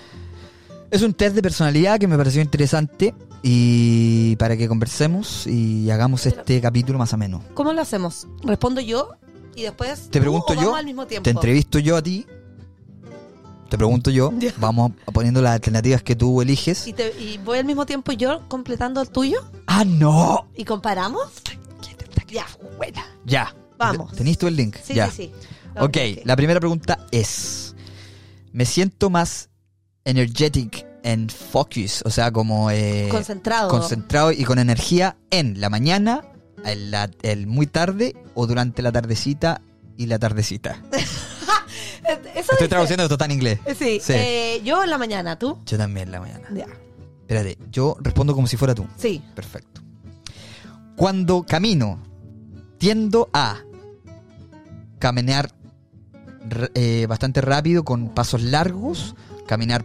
[SPEAKER 2] Es un test de personalidad que me pareció interesante y para que conversemos y hagamos este capítulo más ameno.
[SPEAKER 3] ¿Cómo lo hacemos? Respondo yo y después.
[SPEAKER 2] Te
[SPEAKER 3] tú
[SPEAKER 2] pregunto
[SPEAKER 3] o vamos
[SPEAKER 2] yo,
[SPEAKER 3] al mismo tiempo.
[SPEAKER 2] Te entrevisto yo a ti, te pregunto yo,
[SPEAKER 3] Ya.
[SPEAKER 2] vamos poniendo las alternativas que tú eliges.
[SPEAKER 3] Y, te- y voy al mismo tiempo yo completando el tuyo
[SPEAKER 2] ¡Ah, no!
[SPEAKER 3] y comparamos. Ya, buena.
[SPEAKER 2] Ya.
[SPEAKER 3] Vamos.
[SPEAKER 2] ¿Tenís tú el link?
[SPEAKER 3] Sí,
[SPEAKER 2] ya.
[SPEAKER 3] sí, sí. Lo
[SPEAKER 2] Ok,
[SPEAKER 3] dije.
[SPEAKER 2] la primera pregunta es, me siento más energetic and focus, o sea, como... eh,
[SPEAKER 3] Concentrado.
[SPEAKER 2] concentrado y con energía en la mañana, el, la- el muy tarde o durante la tardecita y la tardecita.
[SPEAKER 3] Eh, Eso
[SPEAKER 2] Estoy
[SPEAKER 3] dice-
[SPEAKER 2] traduciendo esto está en inglés.
[SPEAKER 3] Eh, Sí,
[SPEAKER 2] Sí.
[SPEAKER 3] eh, yo en la mañana, ¿tú?
[SPEAKER 2] Yo también la mañana.
[SPEAKER 3] Ya.
[SPEAKER 2] Espérate, yo respondo como si fuera tú.
[SPEAKER 3] Sí.
[SPEAKER 2] Perfecto. Cuando camino, tiendo a caminar r- eh, bastante rápido con pasos largos, caminar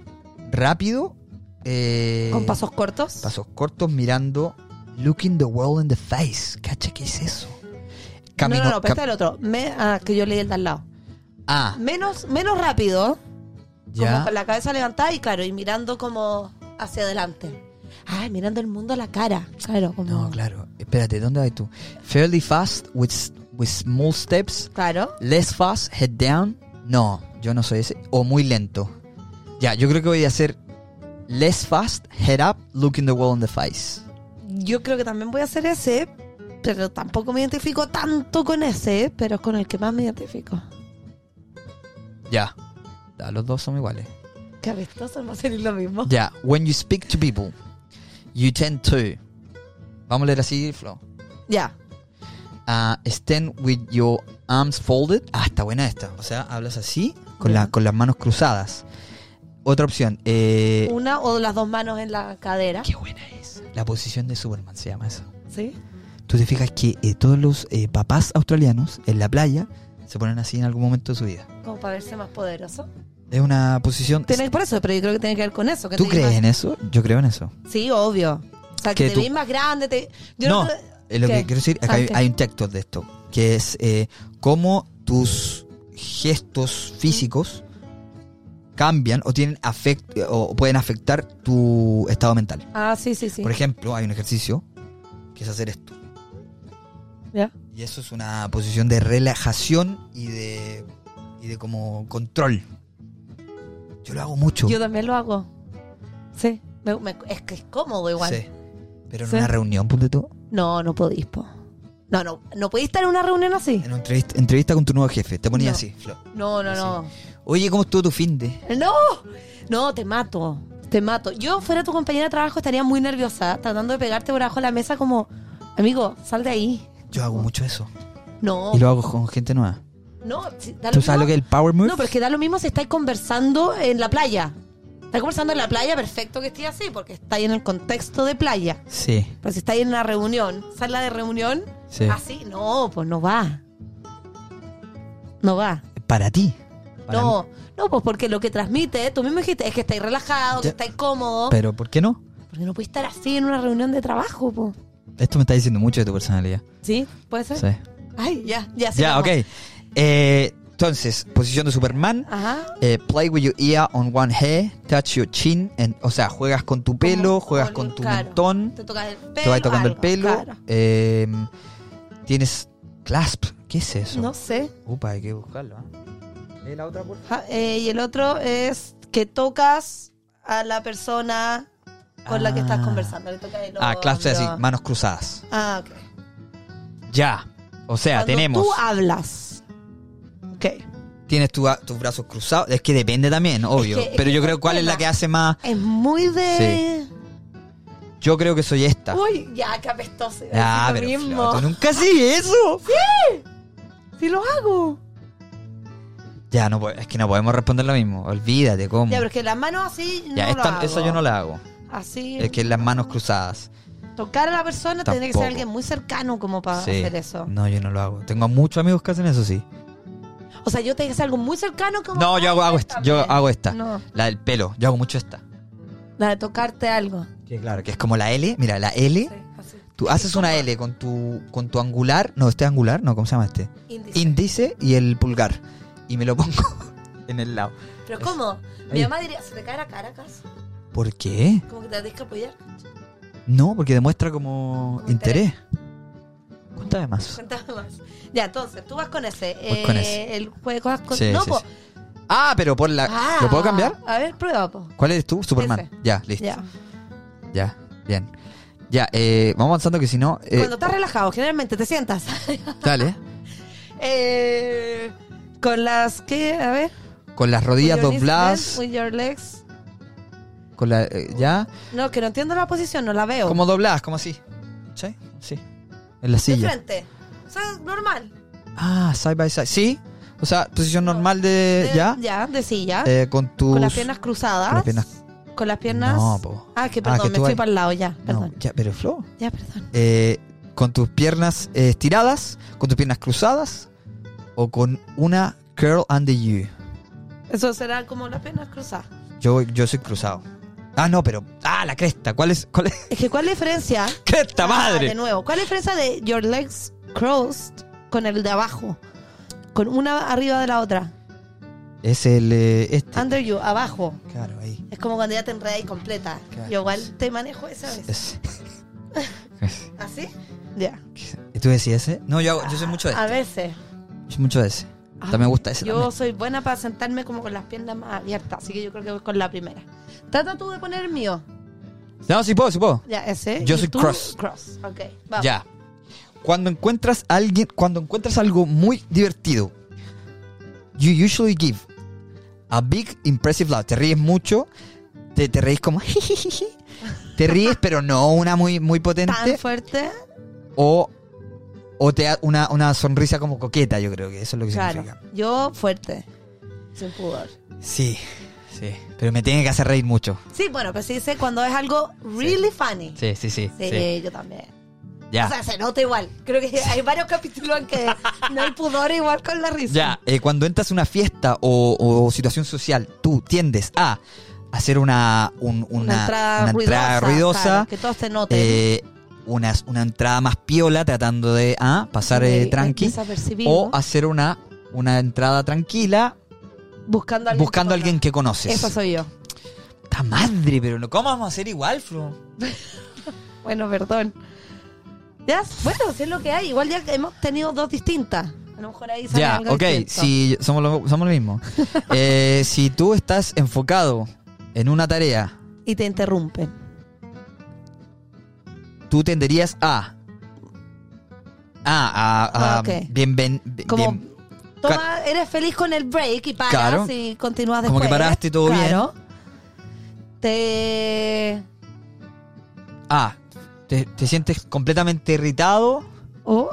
[SPEAKER 2] rápido. eh,
[SPEAKER 3] ¿Con pasos cortos?
[SPEAKER 2] pasos cortos mirando, looking the world in the face. Cacha, ¿qué es eso? Camino-
[SPEAKER 3] no, no, no, pero
[SPEAKER 2] cam-
[SPEAKER 3] este es el otro. Me- ah, que yo leí el de al lado.
[SPEAKER 2] ah,
[SPEAKER 3] Menos, menos rápido, como
[SPEAKER 2] ya.
[SPEAKER 3] con la cabeza levantada y claro, y mirando como hacia adelante. Ay, mirando el mundo a la cara. Claro, como.
[SPEAKER 2] No, claro. Espérate, ¿dónde vas tú? Fairly fast with, s- with small steps.
[SPEAKER 3] Claro.
[SPEAKER 2] Less fast, head down. No, yo no soy ese. O muy lento. Ya, yo creo que voy a hacer less fast, head up, looking the world in the face.
[SPEAKER 3] Yo creo que también voy a hacer ese, pero tampoco me identifico tanto con ese, pero es con el que más me identifico.
[SPEAKER 2] Ya. Ya, los dos son iguales.
[SPEAKER 3] Qué vistoso, no sería lo mismo.
[SPEAKER 2] Ya, when you speak to people, you tend to. Vamos a leer así, Flo.
[SPEAKER 3] Ya.
[SPEAKER 2] Uh, stand with your arms folded. Ah, está buena esta. O sea, hablas así, con, la- con las manos cruzadas. Otra opción. eh,
[SPEAKER 3] Una o las dos manos en la cadera.
[SPEAKER 2] qué buena es. La posición de Superman se llama eso.
[SPEAKER 3] ¿Sí?
[SPEAKER 2] Tú te fijas que eh, todos los eh, papás australianos en la playa se ponen así en algún momento de su vida.
[SPEAKER 3] Como para verse más poderoso.
[SPEAKER 2] Es una posición...
[SPEAKER 3] Tiene, por eso, pero yo creo que tiene que ver con eso. Que
[SPEAKER 2] ¿Tú
[SPEAKER 3] te
[SPEAKER 2] crees
[SPEAKER 3] veas
[SPEAKER 2] en eso? Yo creo en eso.
[SPEAKER 3] más- Sí, obvio. O sea, que,
[SPEAKER 2] Que
[SPEAKER 3] te
[SPEAKER 2] tú-
[SPEAKER 3] veis más grande. Te...
[SPEAKER 2] no,
[SPEAKER 3] creo-
[SPEAKER 2] eh, lo
[SPEAKER 3] ¿Qué?
[SPEAKER 2] que quiero decir, acá
[SPEAKER 3] Ah,
[SPEAKER 2] hay,
[SPEAKER 3] ok.
[SPEAKER 2] hay un texto de esto, que es eh, cómo tus gestos físicos cambian o tienen afect- o pueden afectar tu estado mental.
[SPEAKER 3] Ah, sí, sí, sí.
[SPEAKER 2] Por ejemplo, hay un ejercicio que es hacer esto.
[SPEAKER 3] Ya.
[SPEAKER 2] Y eso es una posición de relajación y de, y de como control. Yo lo hago mucho.
[SPEAKER 3] Yo también lo hago. Sí. Me- me- es que es cómodo igual.
[SPEAKER 2] Sí. Pero en
[SPEAKER 3] Sí.
[SPEAKER 2] una reunión, ponte tú,
[SPEAKER 3] No, no podís, po. No, no, no podís estar en una reunión así.
[SPEAKER 2] en una entrevista, entrevista con tu nuevo jefe, te ponías
[SPEAKER 3] No.
[SPEAKER 2] así, Flo.
[SPEAKER 3] No, no, no.
[SPEAKER 2] Oye, ¿cómo estuvo tu fin de?
[SPEAKER 3] No, no, te mato. Te mato. Yo fuera tu compañera de trabajo estaría muy nerviosa, tratando de pegarte por abajo de la mesa como, amigo, sal de ahí.
[SPEAKER 2] Yo hago mucho eso.
[SPEAKER 3] No,
[SPEAKER 2] Y lo hago con gente nueva.
[SPEAKER 3] no. si- da
[SPEAKER 2] ¿Tú sabes lo que
[SPEAKER 3] mismo-
[SPEAKER 2] es el power move?
[SPEAKER 3] No, pero es que da lo mismo si estáis conversando en la playa. Estáis conversando en la playa, perfecto que estés así, porque estáis en el contexto de playa.
[SPEAKER 2] Sí,
[SPEAKER 3] Pero si estáis en una reunión, sala de reunión,
[SPEAKER 2] sí.
[SPEAKER 3] así, no, pues no va. No va.
[SPEAKER 2] Para ti. Para mí.
[SPEAKER 3] no, no, pues porque lo que transmite, tú mismo dijiste, es que estáis relajado, que
[SPEAKER 2] Ya.
[SPEAKER 3] estáis cómodo.
[SPEAKER 2] Pero ¿por qué no?
[SPEAKER 3] Porque no puedes estar así en una reunión de trabajo, po.
[SPEAKER 2] Esto me está diciendo mucho de tu personalidad.
[SPEAKER 3] ¿Sí? ¿Puede
[SPEAKER 2] Sí.
[SPEAKER 3] ser? Ay, ya, ya.
[SPEAKER 2] Ya,
[SPEAKER 3] sigamos.
[SPEAKER 2] ok. Eh, entonces, posición de Superman.
[SPEAKER 3] Ajá.
[SPEAKER 2] eh, play with your ear on one hair, touch your chin. and- o sea, juegas con tu pelo,
[SPEAKER 3] Como-
[SPEAKER 2] juegas con tu
[SPEAKER 3] claro,
[SPEAKER 2] mentón,
[SPEAKER 3] Te tocas el pelo.
[SPEAKER 2] te vas tocando el
[SPEAKER 3] algo,
[SPEAKER 2] pelo.
[SPEAKER 3] claro.
[SPEAKER 2] eh, tienes clasp. ¿Qué es eso?
[SPEAKER 3] No sé.
[SPEAKER 2] Upa, hay que buscarlo. ¿eh? ¿Lee la otra, por favor?
[SPEAKER 3] Ja, eh, y el otro es que tocas a la persona con la que estás
[SPEAKER 2] Ah.
[SPEAKER 3] conversando. Le tocas el
[SPEAKER 2] Ah, claro, o sea, sí,
[SPEAKER 3] hombro.
[SPEAKER 2] manos cruzadas.
[SPEAKER 3] Ah, ok.
[SPEAKER 2] Ya. O sea,
[SPEAKER 3] Cuando
[SPEAKER 2] tenemos.
[SPEAKER 3] Tú hablas. Ok.
[SPEAKER 2] Tienes tu- tus brazos cruzados. Es que depende también, obvio.
[SPEAKER 3] que- es
[SPEAKER 2] Pero
[SPEAKER 3] que
[SPEAKER 2] yo
[SPEAKER 3] es
[SPEAKER 2] creo
[SPEAKER 3] el
[SPEAKER 2] cuál es la
[SPEAKER 3] tema.
[SPEAKER 2] que hace más.
[SPEAKER 3] Es muy de.
[SPEAKER 2] Yo creo que soy esta.
[SPEAKER 3] Uy, ya, qué apestoso. iba a
[SPEAKER 2] ah,
[SPEAKER 3] decir
[SPEAKER 2] pero
[SPEAKER 3] lo
[SPEAKER 2] Flor,
[SPEAKER 3] mismo.
[SPEAKER 2] tú nunca sigues eso.
[SPEAKER 3] Sí, lo hago.
[SPEAKER 2] Ya, no, po- es que no podemos responder lo mismo. Olvídate, ¿cómo?
[SPEAKER 3] Ya, pero es que las manos así.
[SPEAKER 2] Ya,
[SPEAKER 3] no
[SPEAKER 2] esta-
[SPEAKER 3] lo hago.
[SPEAKER 2] esa yo no la hago.
[SPEAKER 3] Así.
[SPEAKER 2] Es que las manos cruzadas.
[SPEAKER 3] Tocar a la persona tiene que ser
[SPEAKER 2] Tampoco.
[SPEAKER 3] alguien muy cercano como para
[SPEAKER 2] Sí.
[SPEAKER 3] hacer eso.
[SPEAKER 2] No, yo no lo hago. Tengo a muchos amigos que hacen eso, sí.
[SPEAKER 3] O sea, yo tengo que ser algo muy cercano como
[SPEAKER 2] No, yo hago, hago esta. Yo
[SPEAKER 3] También.
[SPEAKER 2] hago esta.
[SPEAKER 3] No,
[SPEAKER 2] La del pelo. Yo hago mucho esta.
[SPEAKER 3] la de tocarte algo.
[SPEAKER 2] Que claro, que es como la L. Mira, la L.
[SPEAKER 3] Sí, así.
[SPEAKER 2] Tú haces una L con tu, con tu angular, no, este angular, no, ¿cómo se llama este?
[SPEAKER 3] Índice.
[SPEAKER 2] Índice y el pulgar. Y me lo pongo en el lado.
[SPEAKER 3] Pero ¿cómo? Mi
[SPEAKER 2] Ahí.
[SPEAKER 3] mamá diría, ¿se te cae la cara acaso?
[SPEAKER 2] ¿Por qué?
[SPEAKER 3] Como que te tienes que apoyar.
[SPEAKER 2] No, porque demuestra como interés.
[SPEAKER 3] Interés.
[SPEAKER 2] Cuéntame más.
[SPEAKER 3] Cuéntame más. Ya, entonces, tú vas con ese.
[SPEAKER 2] Voy con
[SPEAKER 3] eh,
[SPEAKER 2] ese.
[SPEAKER 3] El juego vas con...
[SPEAKER 2] Sí,
[SPEAKER 3] no,
[SPEAKER 2] sí,
[SPEAKER 3] po.
[SPEAKER 2] sí. Ah, pero por la.
[SPEAKER 3] Ah,
[SPEAKER 2] ¿Lo puedo cambiar?
[SPEAKER 3] A ver, prueba, po.
[SPEAKER 2] ¿Cuál eres tú? Superman.
[SPEAKER 3] Ese.
[SPEAKER 2] Ya, listo.
[SPEAKER 3] Ya.
[SPEAKER 2] Ya, bien. Ya, eh, vamos avanzando que si no. eh,
[SPEAKER 3] Cuando estás relajado, generalmente te sientas.
[SPEAKER 2] dale.
[SPEAKER 3] eh, con las que, a ver.
[SPEAKER 2] Con las rodillas
[SPEAKER 3] with your knees
[SPEAKER 2] dobladas.
[SPEAKER 3] bent, With your legs.
[SPEAKER 2] Con la. eh, ya.
[SPEAKER 3] Oh. No, que no entiendo la posición, no la veo.
[SPEAKER 2] Como dobladas, como así. ¿Sí? Sí. En la
[SPEAKER 3] De
[SPEAKER 2] silla.
[SPEAKER 3] frente. O sea, normal.
[SPEAKER 2] Ah, side by side. Sí. O sea, posición normal de.
[SPEAKER 3] De-
[SPEAKER 2] Eh, ¿Ya?
[SPEAKER 3] Ya, de silla.
[SPEAKER 2] Eh, con tus.
[SPEAKER 3] con las piernas cruzadas.
[SPEAKER 2] con las piernas-
[SPEAKER 3] con las piernas-
[SPEAKER 2] No, po.
[SPEAKER 3] Ah, que
[SPEAKER 2] Ah,
[SPEAKER 3] perdón,
[SPEAKER 2] que
[SPEAKER 3] me
[SPEAKER 2] tú
[SPEAKER 3] fui
[SPEAKER 2] ahí-
[SPEAKER 3] para el lado ya.
[SPEAKER 2] No,
[SPEAKER 3] Perdón.
[SPEAKER 2] ya, pero Flo.
[SPEAKER 3] Ya, perdón.
[SPEAKER 2] eh, con tus piernas eh, estiradas, con tus piernas cruzadas o con una curl under you.
[SPEAKER 3] Eso será como las piernas cruzadas.
[SPEAKER 2] Yo, yo soy cruzado. Ah, no, pero. Ah, la cresta. ¿Cuál es? ¿Cuál es?
[SPEAKER 3] Es que, ¿cuál es la diferencia?
[SPEAKER 2] ¡Cresta
[SPEAKER 3] Ah, de
[SPEAKER 2] madre!
[SPEAKER 3] nuevo, ¿cuál es la diferencia de your legs crossed con el de abajo? Con una arriba de la otra.
[SPEAKER 2] Es el. eh, este.
[SPEAKER 3] Under you, abajo.
[SPEAKER 2] Claro, ahí.
[SPEAKER 3] Es como cuando ya te enredas y completa.
[SPEAKER 2] Claro.
[SPEAKER 3] Yo igual te manejo esa vez.
[SPEAKER 2] Es-
[SPEAKER 3] ¿Así? Ya.
[SPEAKER 2] ¿Y tú decís ese? No, yo, hago- yo soy mucho de
[SPEAKER 3] A
[SPEAKER 2] este.
[SPEAKER 3] veces.
[SPEAKER 2] Yo soy mucho de ese. También me gusta ese.
[SPEAKER 3] Yo
[SPEAKER 2] también.
[SPEAKER 3] soy buena para sentarme como con las piernas más abiertas, así que yo creo que voy con la primera. Trata tú de poner el mío.
[SPEAKER 2] No, sí puedo, sí puedo.
[SPEAKER 3] Ya, ese.
[SPEAKER 2] Yo
[SPEAKER 3] ¿Y
[SPEAKER 2] soy
[SPEAKER 3] tú?
[SPEAKER 2] cross.
[SPEAKER 3] Cross, ok. Vamos.
[SPEAKER 2] Ya. Cuando encuentras a alguien, cuando encuentras algo muy divertido, you usually give a big impressive laugh. Te ríes mucho, te, te reís como jijijiji. te ríes, pero no una muy muy
[SPEAKER 3] Tan
[SPEAKER 2] potente
[SPEAKER 3] fuerte.
[SPEAKER 2] o o te da una, una sonrisa como coqueta, yo creo que eso es lo que
[SPEAKER 3] Claro.
[SPEAKER 2] significa.
[SPEAKER 3] Yo fuerte. Sin pudor.
[SPEAKER 2] Sí, sí, pero me tiene que hacer reír mucho.
[SPEAKER 3] Sí, bueno, pues se dice cuando es algo really funny.
[SPEAKER 2] Sí, sí, sí.
[SPEAKER 3] Sí,
[SPEAKER 2] sí.
[SPEAKER 3] yo también.
[SPEAKER 2] Ya.
[SPEAKER 3] O sea, se nota igual. Creo que hay varios capítulos en que no hay pudor igual con la risa.
[SPEAKER 2] Ya, eh, cuando entras a una fiesta o, o situación social, tú tiendes a hacer una, un- una,
[SPEAKER 3] Una, entrada
[SPEAKER 2] una entrada
[SPEAKER 3] ruidosa.
[SPEAKER 2] ruidosa,
[SPEAKER 3] claro, que todos te noten.
[SPEAKER 2] eh, unas- una, entrada más piola tratando de ah, pasar eh,
[SPEAKER 3] De-
[SPEAKER 2] tranqui,
[SPEAKER 3] desapercibido.
[SPEAKER 2] o hacer una, una entrada tranquila
[SPEAKER 3] buscando a alguien.
[SPEAKER 2] buscando a alguien que conoces.
[SPEAKER 3] Eso soy yo.
[SPEAKER 2] ¡Ta madre! Pero no, ¿cómo vamos a hacer igual, Flo?
[SPEAKER 3] Bueno, perdón. Ya, bueno, si es lo que hay. Igual ya hemos tenido dos distintas. A lo mejor ahí sale
[SPEAKER 2] Ya,
[SPEAKER 3] algo
[SPEAKER 2] ok,
[SPEAKER 3] distinto.
[SPEAKER 2] si somos lo, somos lo mismo. Eh, si tú estás enfocado en una tarea
[SPEAKER 3] Y te interrumpen.
[SPEAKER 2] tú tenderías a. Ah, a. a
[SPEAKER 3] Ah, ok.
[SPEAKER 2] bien, bien, bien-
[SPEAKER 3] Como,
[SPEAKER 2] bien.
[SPEAKER 3] toma, eres feliz con el break y paras
[SPEAKER 2] Claro.
[SPEAKER 3] y continúas
[SPEAKER 2] Como
[SPEAKER 3] después. ¿eh?
[SPEAKER 2] que paraste y todo bien.
[SPEAKER 3] claro. Te...
[SPEAKER 2] Ah, te, te sientes completamente irritado
[SPEAKER 3] ¿Oh?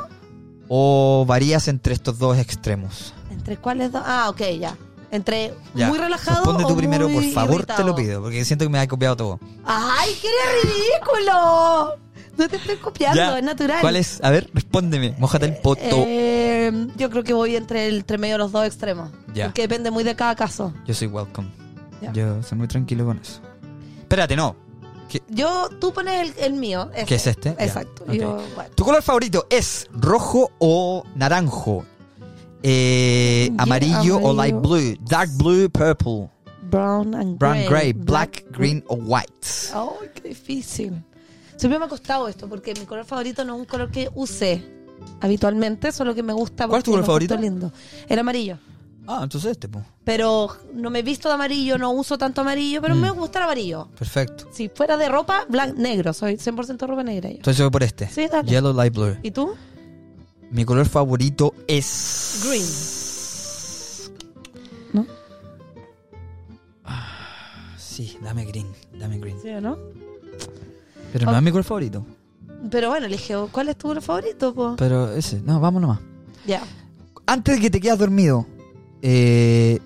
[SPEAKER 2] o varías entre estos dos extremos?
[SPEAKER 3] ¿Entre cuáles dos? Ah, ok, ya. Entre
[SPEAKER 2] Ya,
[SPEAKER 3] muy relajado
[SPEAKER 2] Responde
[SPEAKER 3] o
[SPEAKER 2] tú primero, por
[SPEAKER 3] muy
[SPEAKER 2] favor, te lo
[SPEAKER 3] irritado.
[SPEAKER 2] pido, porque siento que me has copiado todo.
[SPEAKER 3] ¡Ay, qué ridículo! No te estoy copiando,
[SPEAKER 2] Ya,
[SPEAKER 3] es natural.
[SPEAKER 2] ¿Cuál es? A ver, respóndeme. Mójate el poto.
[SPEAKER 3] Eh, yo creo que voy entre el entre medio de los dos extremos.
[SPEAKER 2] Ya.
[SPEAKER 3] Porque depende muy de cada caso.
[SPEAKER 2] Yo soy welcome.
[SPEAKER 3] Ya.
[SPEAKER 2] Yo soy muy tranquilo con eso. Espérate, no.
[SPEAKER 3] Yo, tú pones el, el mío. ese.
[SPEAKER 2] ¿Qué es este? Ya,
[SPEAKER 3] Exacto.
[SPEAKER 2] ok.
[SPEAKER 3] Yo, bueno.
[SPEAKER 2] ¿Tu color favorito es rojo o naranjo? Eh,
[SPEAKER 3] Yeah,
[SPEAKER 2] amarillo, o light blue,
[SPEAKER 3] amarillo.
[SPEAKER 2] dark blue, purple,
[SPEAKER 3] Brown and
[SPEAKER 2] brown, gray,
[SPEAKER 3] gray.
[SPEAKER 2] black, green o white.
[SPEAKER 3] Ay, qué difícil. Siempre me ha costado esto porque mi color favorito no es un color que use habitualmente, solo que me gusta.
[SPEAKER 2] ¿Cuál es tu
[SPEAKER 3] porque
[SPEAKER 2] color
[SPEAKER 3] lo encuentro
[SPEAKER 2] favorito?
[SPEAKER 3] lindo. El amarillo.
[SPEAKER 2] Ah, entonces este, pues.
[SPEAKER 3] Pero no me he visto de amarillo, no uso tanto amarillo, pero
[SPEAKER 2] Mm.
[SPEAKER 3] me gusta el amarillo.
[SPEAKER 2] Perfecto.
[SPEAKER 3] Si fuera de ropa, blan- negro. Soy 100% ropa negra yo.
[SPEAKER 2] Entonces voy por este.
[SPEAKER 3] Sí, dale.
[SPEAKER 2] Yellow, light blue.
[SPEAKER 3] ¿Y tú?
[SPEAKER 2] Mi color favorito es...
[SPEAKER 3] ¿No?
[SPEAKER 2] Sí, dame green, dame green.
[SPEAKER 3] ¿Sí o no?
[SPEAKER 2] Pero no
[SPEAKER 3] Ok.
[SPEAKER 2] es mi color favorito.
[SPEAKER 3] Pero bueno, le dije, ¿cuál es tu color favorito? po?
[SPEAKER 2] Pero ese, no, vamos nomás.
[SPEAKER 3] Ya,
[SPEAKER 2] Antes de que te quedas dormido, eh,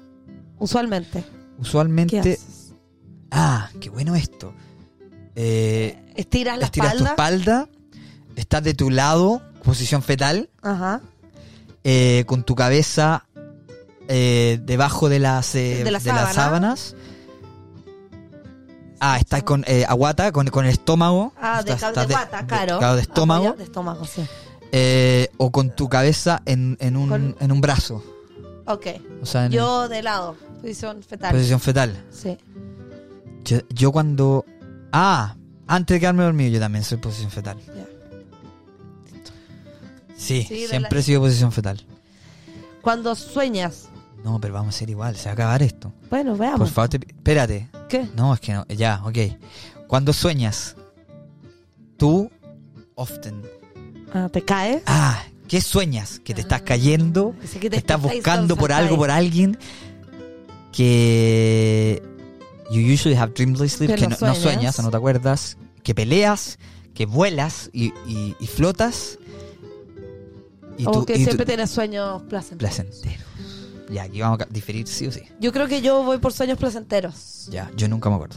[SPEAKER 3] usualmente. ¿Qué
[SPEAKER 2] usualmente...
[SPEAKER 3] haces?
[SPEAKER 2] Ah, qué bueno esto. Eh,
[SPEAKER 3] ¿Estiras la
[SPEAKER 2] estiras
[SPEAKER 3] espalda?
[SPEAKER 2] tu espalda, estás de tu lado, posición fetal,
[SPEAKER 3] Ajá.
[SPEAKER 2] eh, con tu cabeza eh, debajo de las, eh,
[SPEAKER 3] De la sábana.
[SPEAKER 2] las sábanas. Ah, estás con eh, aguata, con, con el estómago.
[SPEAKER 3] Ah, de,
[SPEAKER 2] Estás-
[SPEAKER 3] cab-
[SPEAKER 2] estás
[SPEAKER 3] de guata,
[SPEAKER 2] de-
[SPEAKER 3] claro. Ah, pues
[SPEAKER 2] claro, de estómago.
[SPEAKER 3] Apoya- De estómago, sí.
[SPEAKER 2] eh, o con tu cabeza en, en un,
[SPEAKER 3] Con-
[SPEAKER 2] en un brazo.
[SPEAKER 3] Ok.
[SPEAKER 2] O sea, en
[SPEAKER 3] Yo de lado, posición fetal.
[SPEAKER 2] posición fetal.
[SPEAKER 3] Sí.
[SPEAKER 2] Yo, yo cuando... Ah, antes de quedarme dormido yo también soy posición fetal.
[SPEAKER 3] ya.
[SPEAKER 2] Sí,
[SPEAKER 3] Sí, de la-
[SPEAKER 2] siempre he sido posición fetal.
[SPEAKER 3] Cuando sueñas.
[SPEAKER 2] No, pero vamos a ser igual, se va a acabar esto.
[SPEAKER 3] Ah, Bueno, veamos.
[SPEAKER 2] Por favor, te pi- espérate.
[SPEAKER 3] ¿Qué?
[SPEAKER 2] No, es que no. Ya, ok. Cuando sueñas, tú, often.
[SPEAKER 3] Ah, ¿Te caes?
[SPEAKER 2] Ah, ¿qué sueñas? Que te estás cayendo,
[SPEAKER 3] Dice que
[SPEAKER 2] te estás
[SPEAKER 3] despertáis
[SPEAKER 2] buscando por
[SPEAKER 3] sonsa,
[SPEAKER 2] algo, por alguien que. You usually have dreamless sleep,
[SPEAKER 3] Que
[SPEAKER 2] que no,
[SPEAKER 3] no
[SPEAKER 2] no
[SPEAKER 3] sueñas.
[SPEAKER 2] sueñas, no te acuerdas, que peleas, que vuelas y, y- y flotas, Y
[SPEAKER 3] o
[SPEAKER 2] tú-
[SPEAKER 3] que
[SPEAKER 2] y tú-
[SPEAKER 3] siempre tienes sueños placenteros.
[SPEAKER 2] Placentero. Ya, aquí vamos a ca- diferir sí o sí.
[SPEAKER 3] Yo creo que yo voy por sueños placenteros.
[SPEAKER 2] Ya, yo nunca me acuerdo.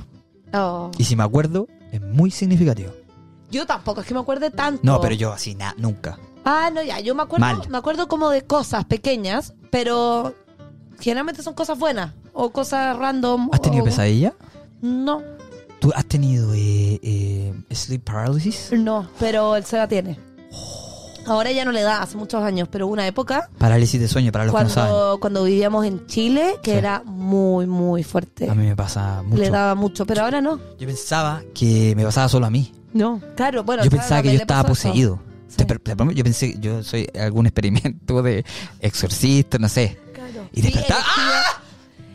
[SPEAKER 3] Oh.
[SPEAKER 2] Y si me acuerdo, es muy significativo.
[SPEAKER 3] Yo tampoco, es que me acuerde tanto.
[SPEAKER 2] No, pero yo así, nada, nunca.
[SPEAKER 3] Ah, no, ya, yo me acuerdo,
[SPEAKER 2] Mal.
[SPEAKER 3] me acuerdo como de cosas pequeñas, pero generalmente son cosas buenas o cosas random.
[SPEAKER 2] ¿Has tenido
[SPEAKER 3] o-
[SPEAKER 2] pesadilla?
[SPEAKER 3] No,
[SPEAKER 2] ¿Tú has tenido eh, eh, sleep paralysis?
[SPEAKER 3] no, pero él se la tiene. Ahora ya no le da, hace muchos años, pero hubo una época
[SPEAKER 2] Parálisis de sueño, para los que no saben.
[SPEAKER 3] cuando, cuando vivíamos en Chile que
[SPEAKER 2] Sí.
[SPEAKER 3] era muy, muy fuerte.
[SPEAKER 2] A mí me pasa mucho.
[SPEAKER 3] Le daba mucho, pero ahora no.
[SPEAKER 2] Yo pensaba que me pasaba solo a mí.
[SPEAKER 3] No. Claro, bueno.
[SPEAKER 2] yo
[SPEAKER 3] claro,
[SPEAKER 2] pensaba
[SPEAKER 3] a
[SPEAKER 2] que
[SPEAKER 3] mí
[SPEAKER 2] yo
[SPEAKER 3] le pasó
[SPEAKER 2] estaba
[SPEAKER 3] eso.
[SPEAKER 2] poseído.
[SPEAKER 3] Sí.
[SPEAKER 2] Te- pero- te prometo, yo pensé, yo soy algún experimento de exorcista, no sé.
[SPEAKER 3] Claro.
[SPEAKER 2] Y despertaba.
[SPEAKER 3] Sí,
[SPEAKER 2] ¡Ah!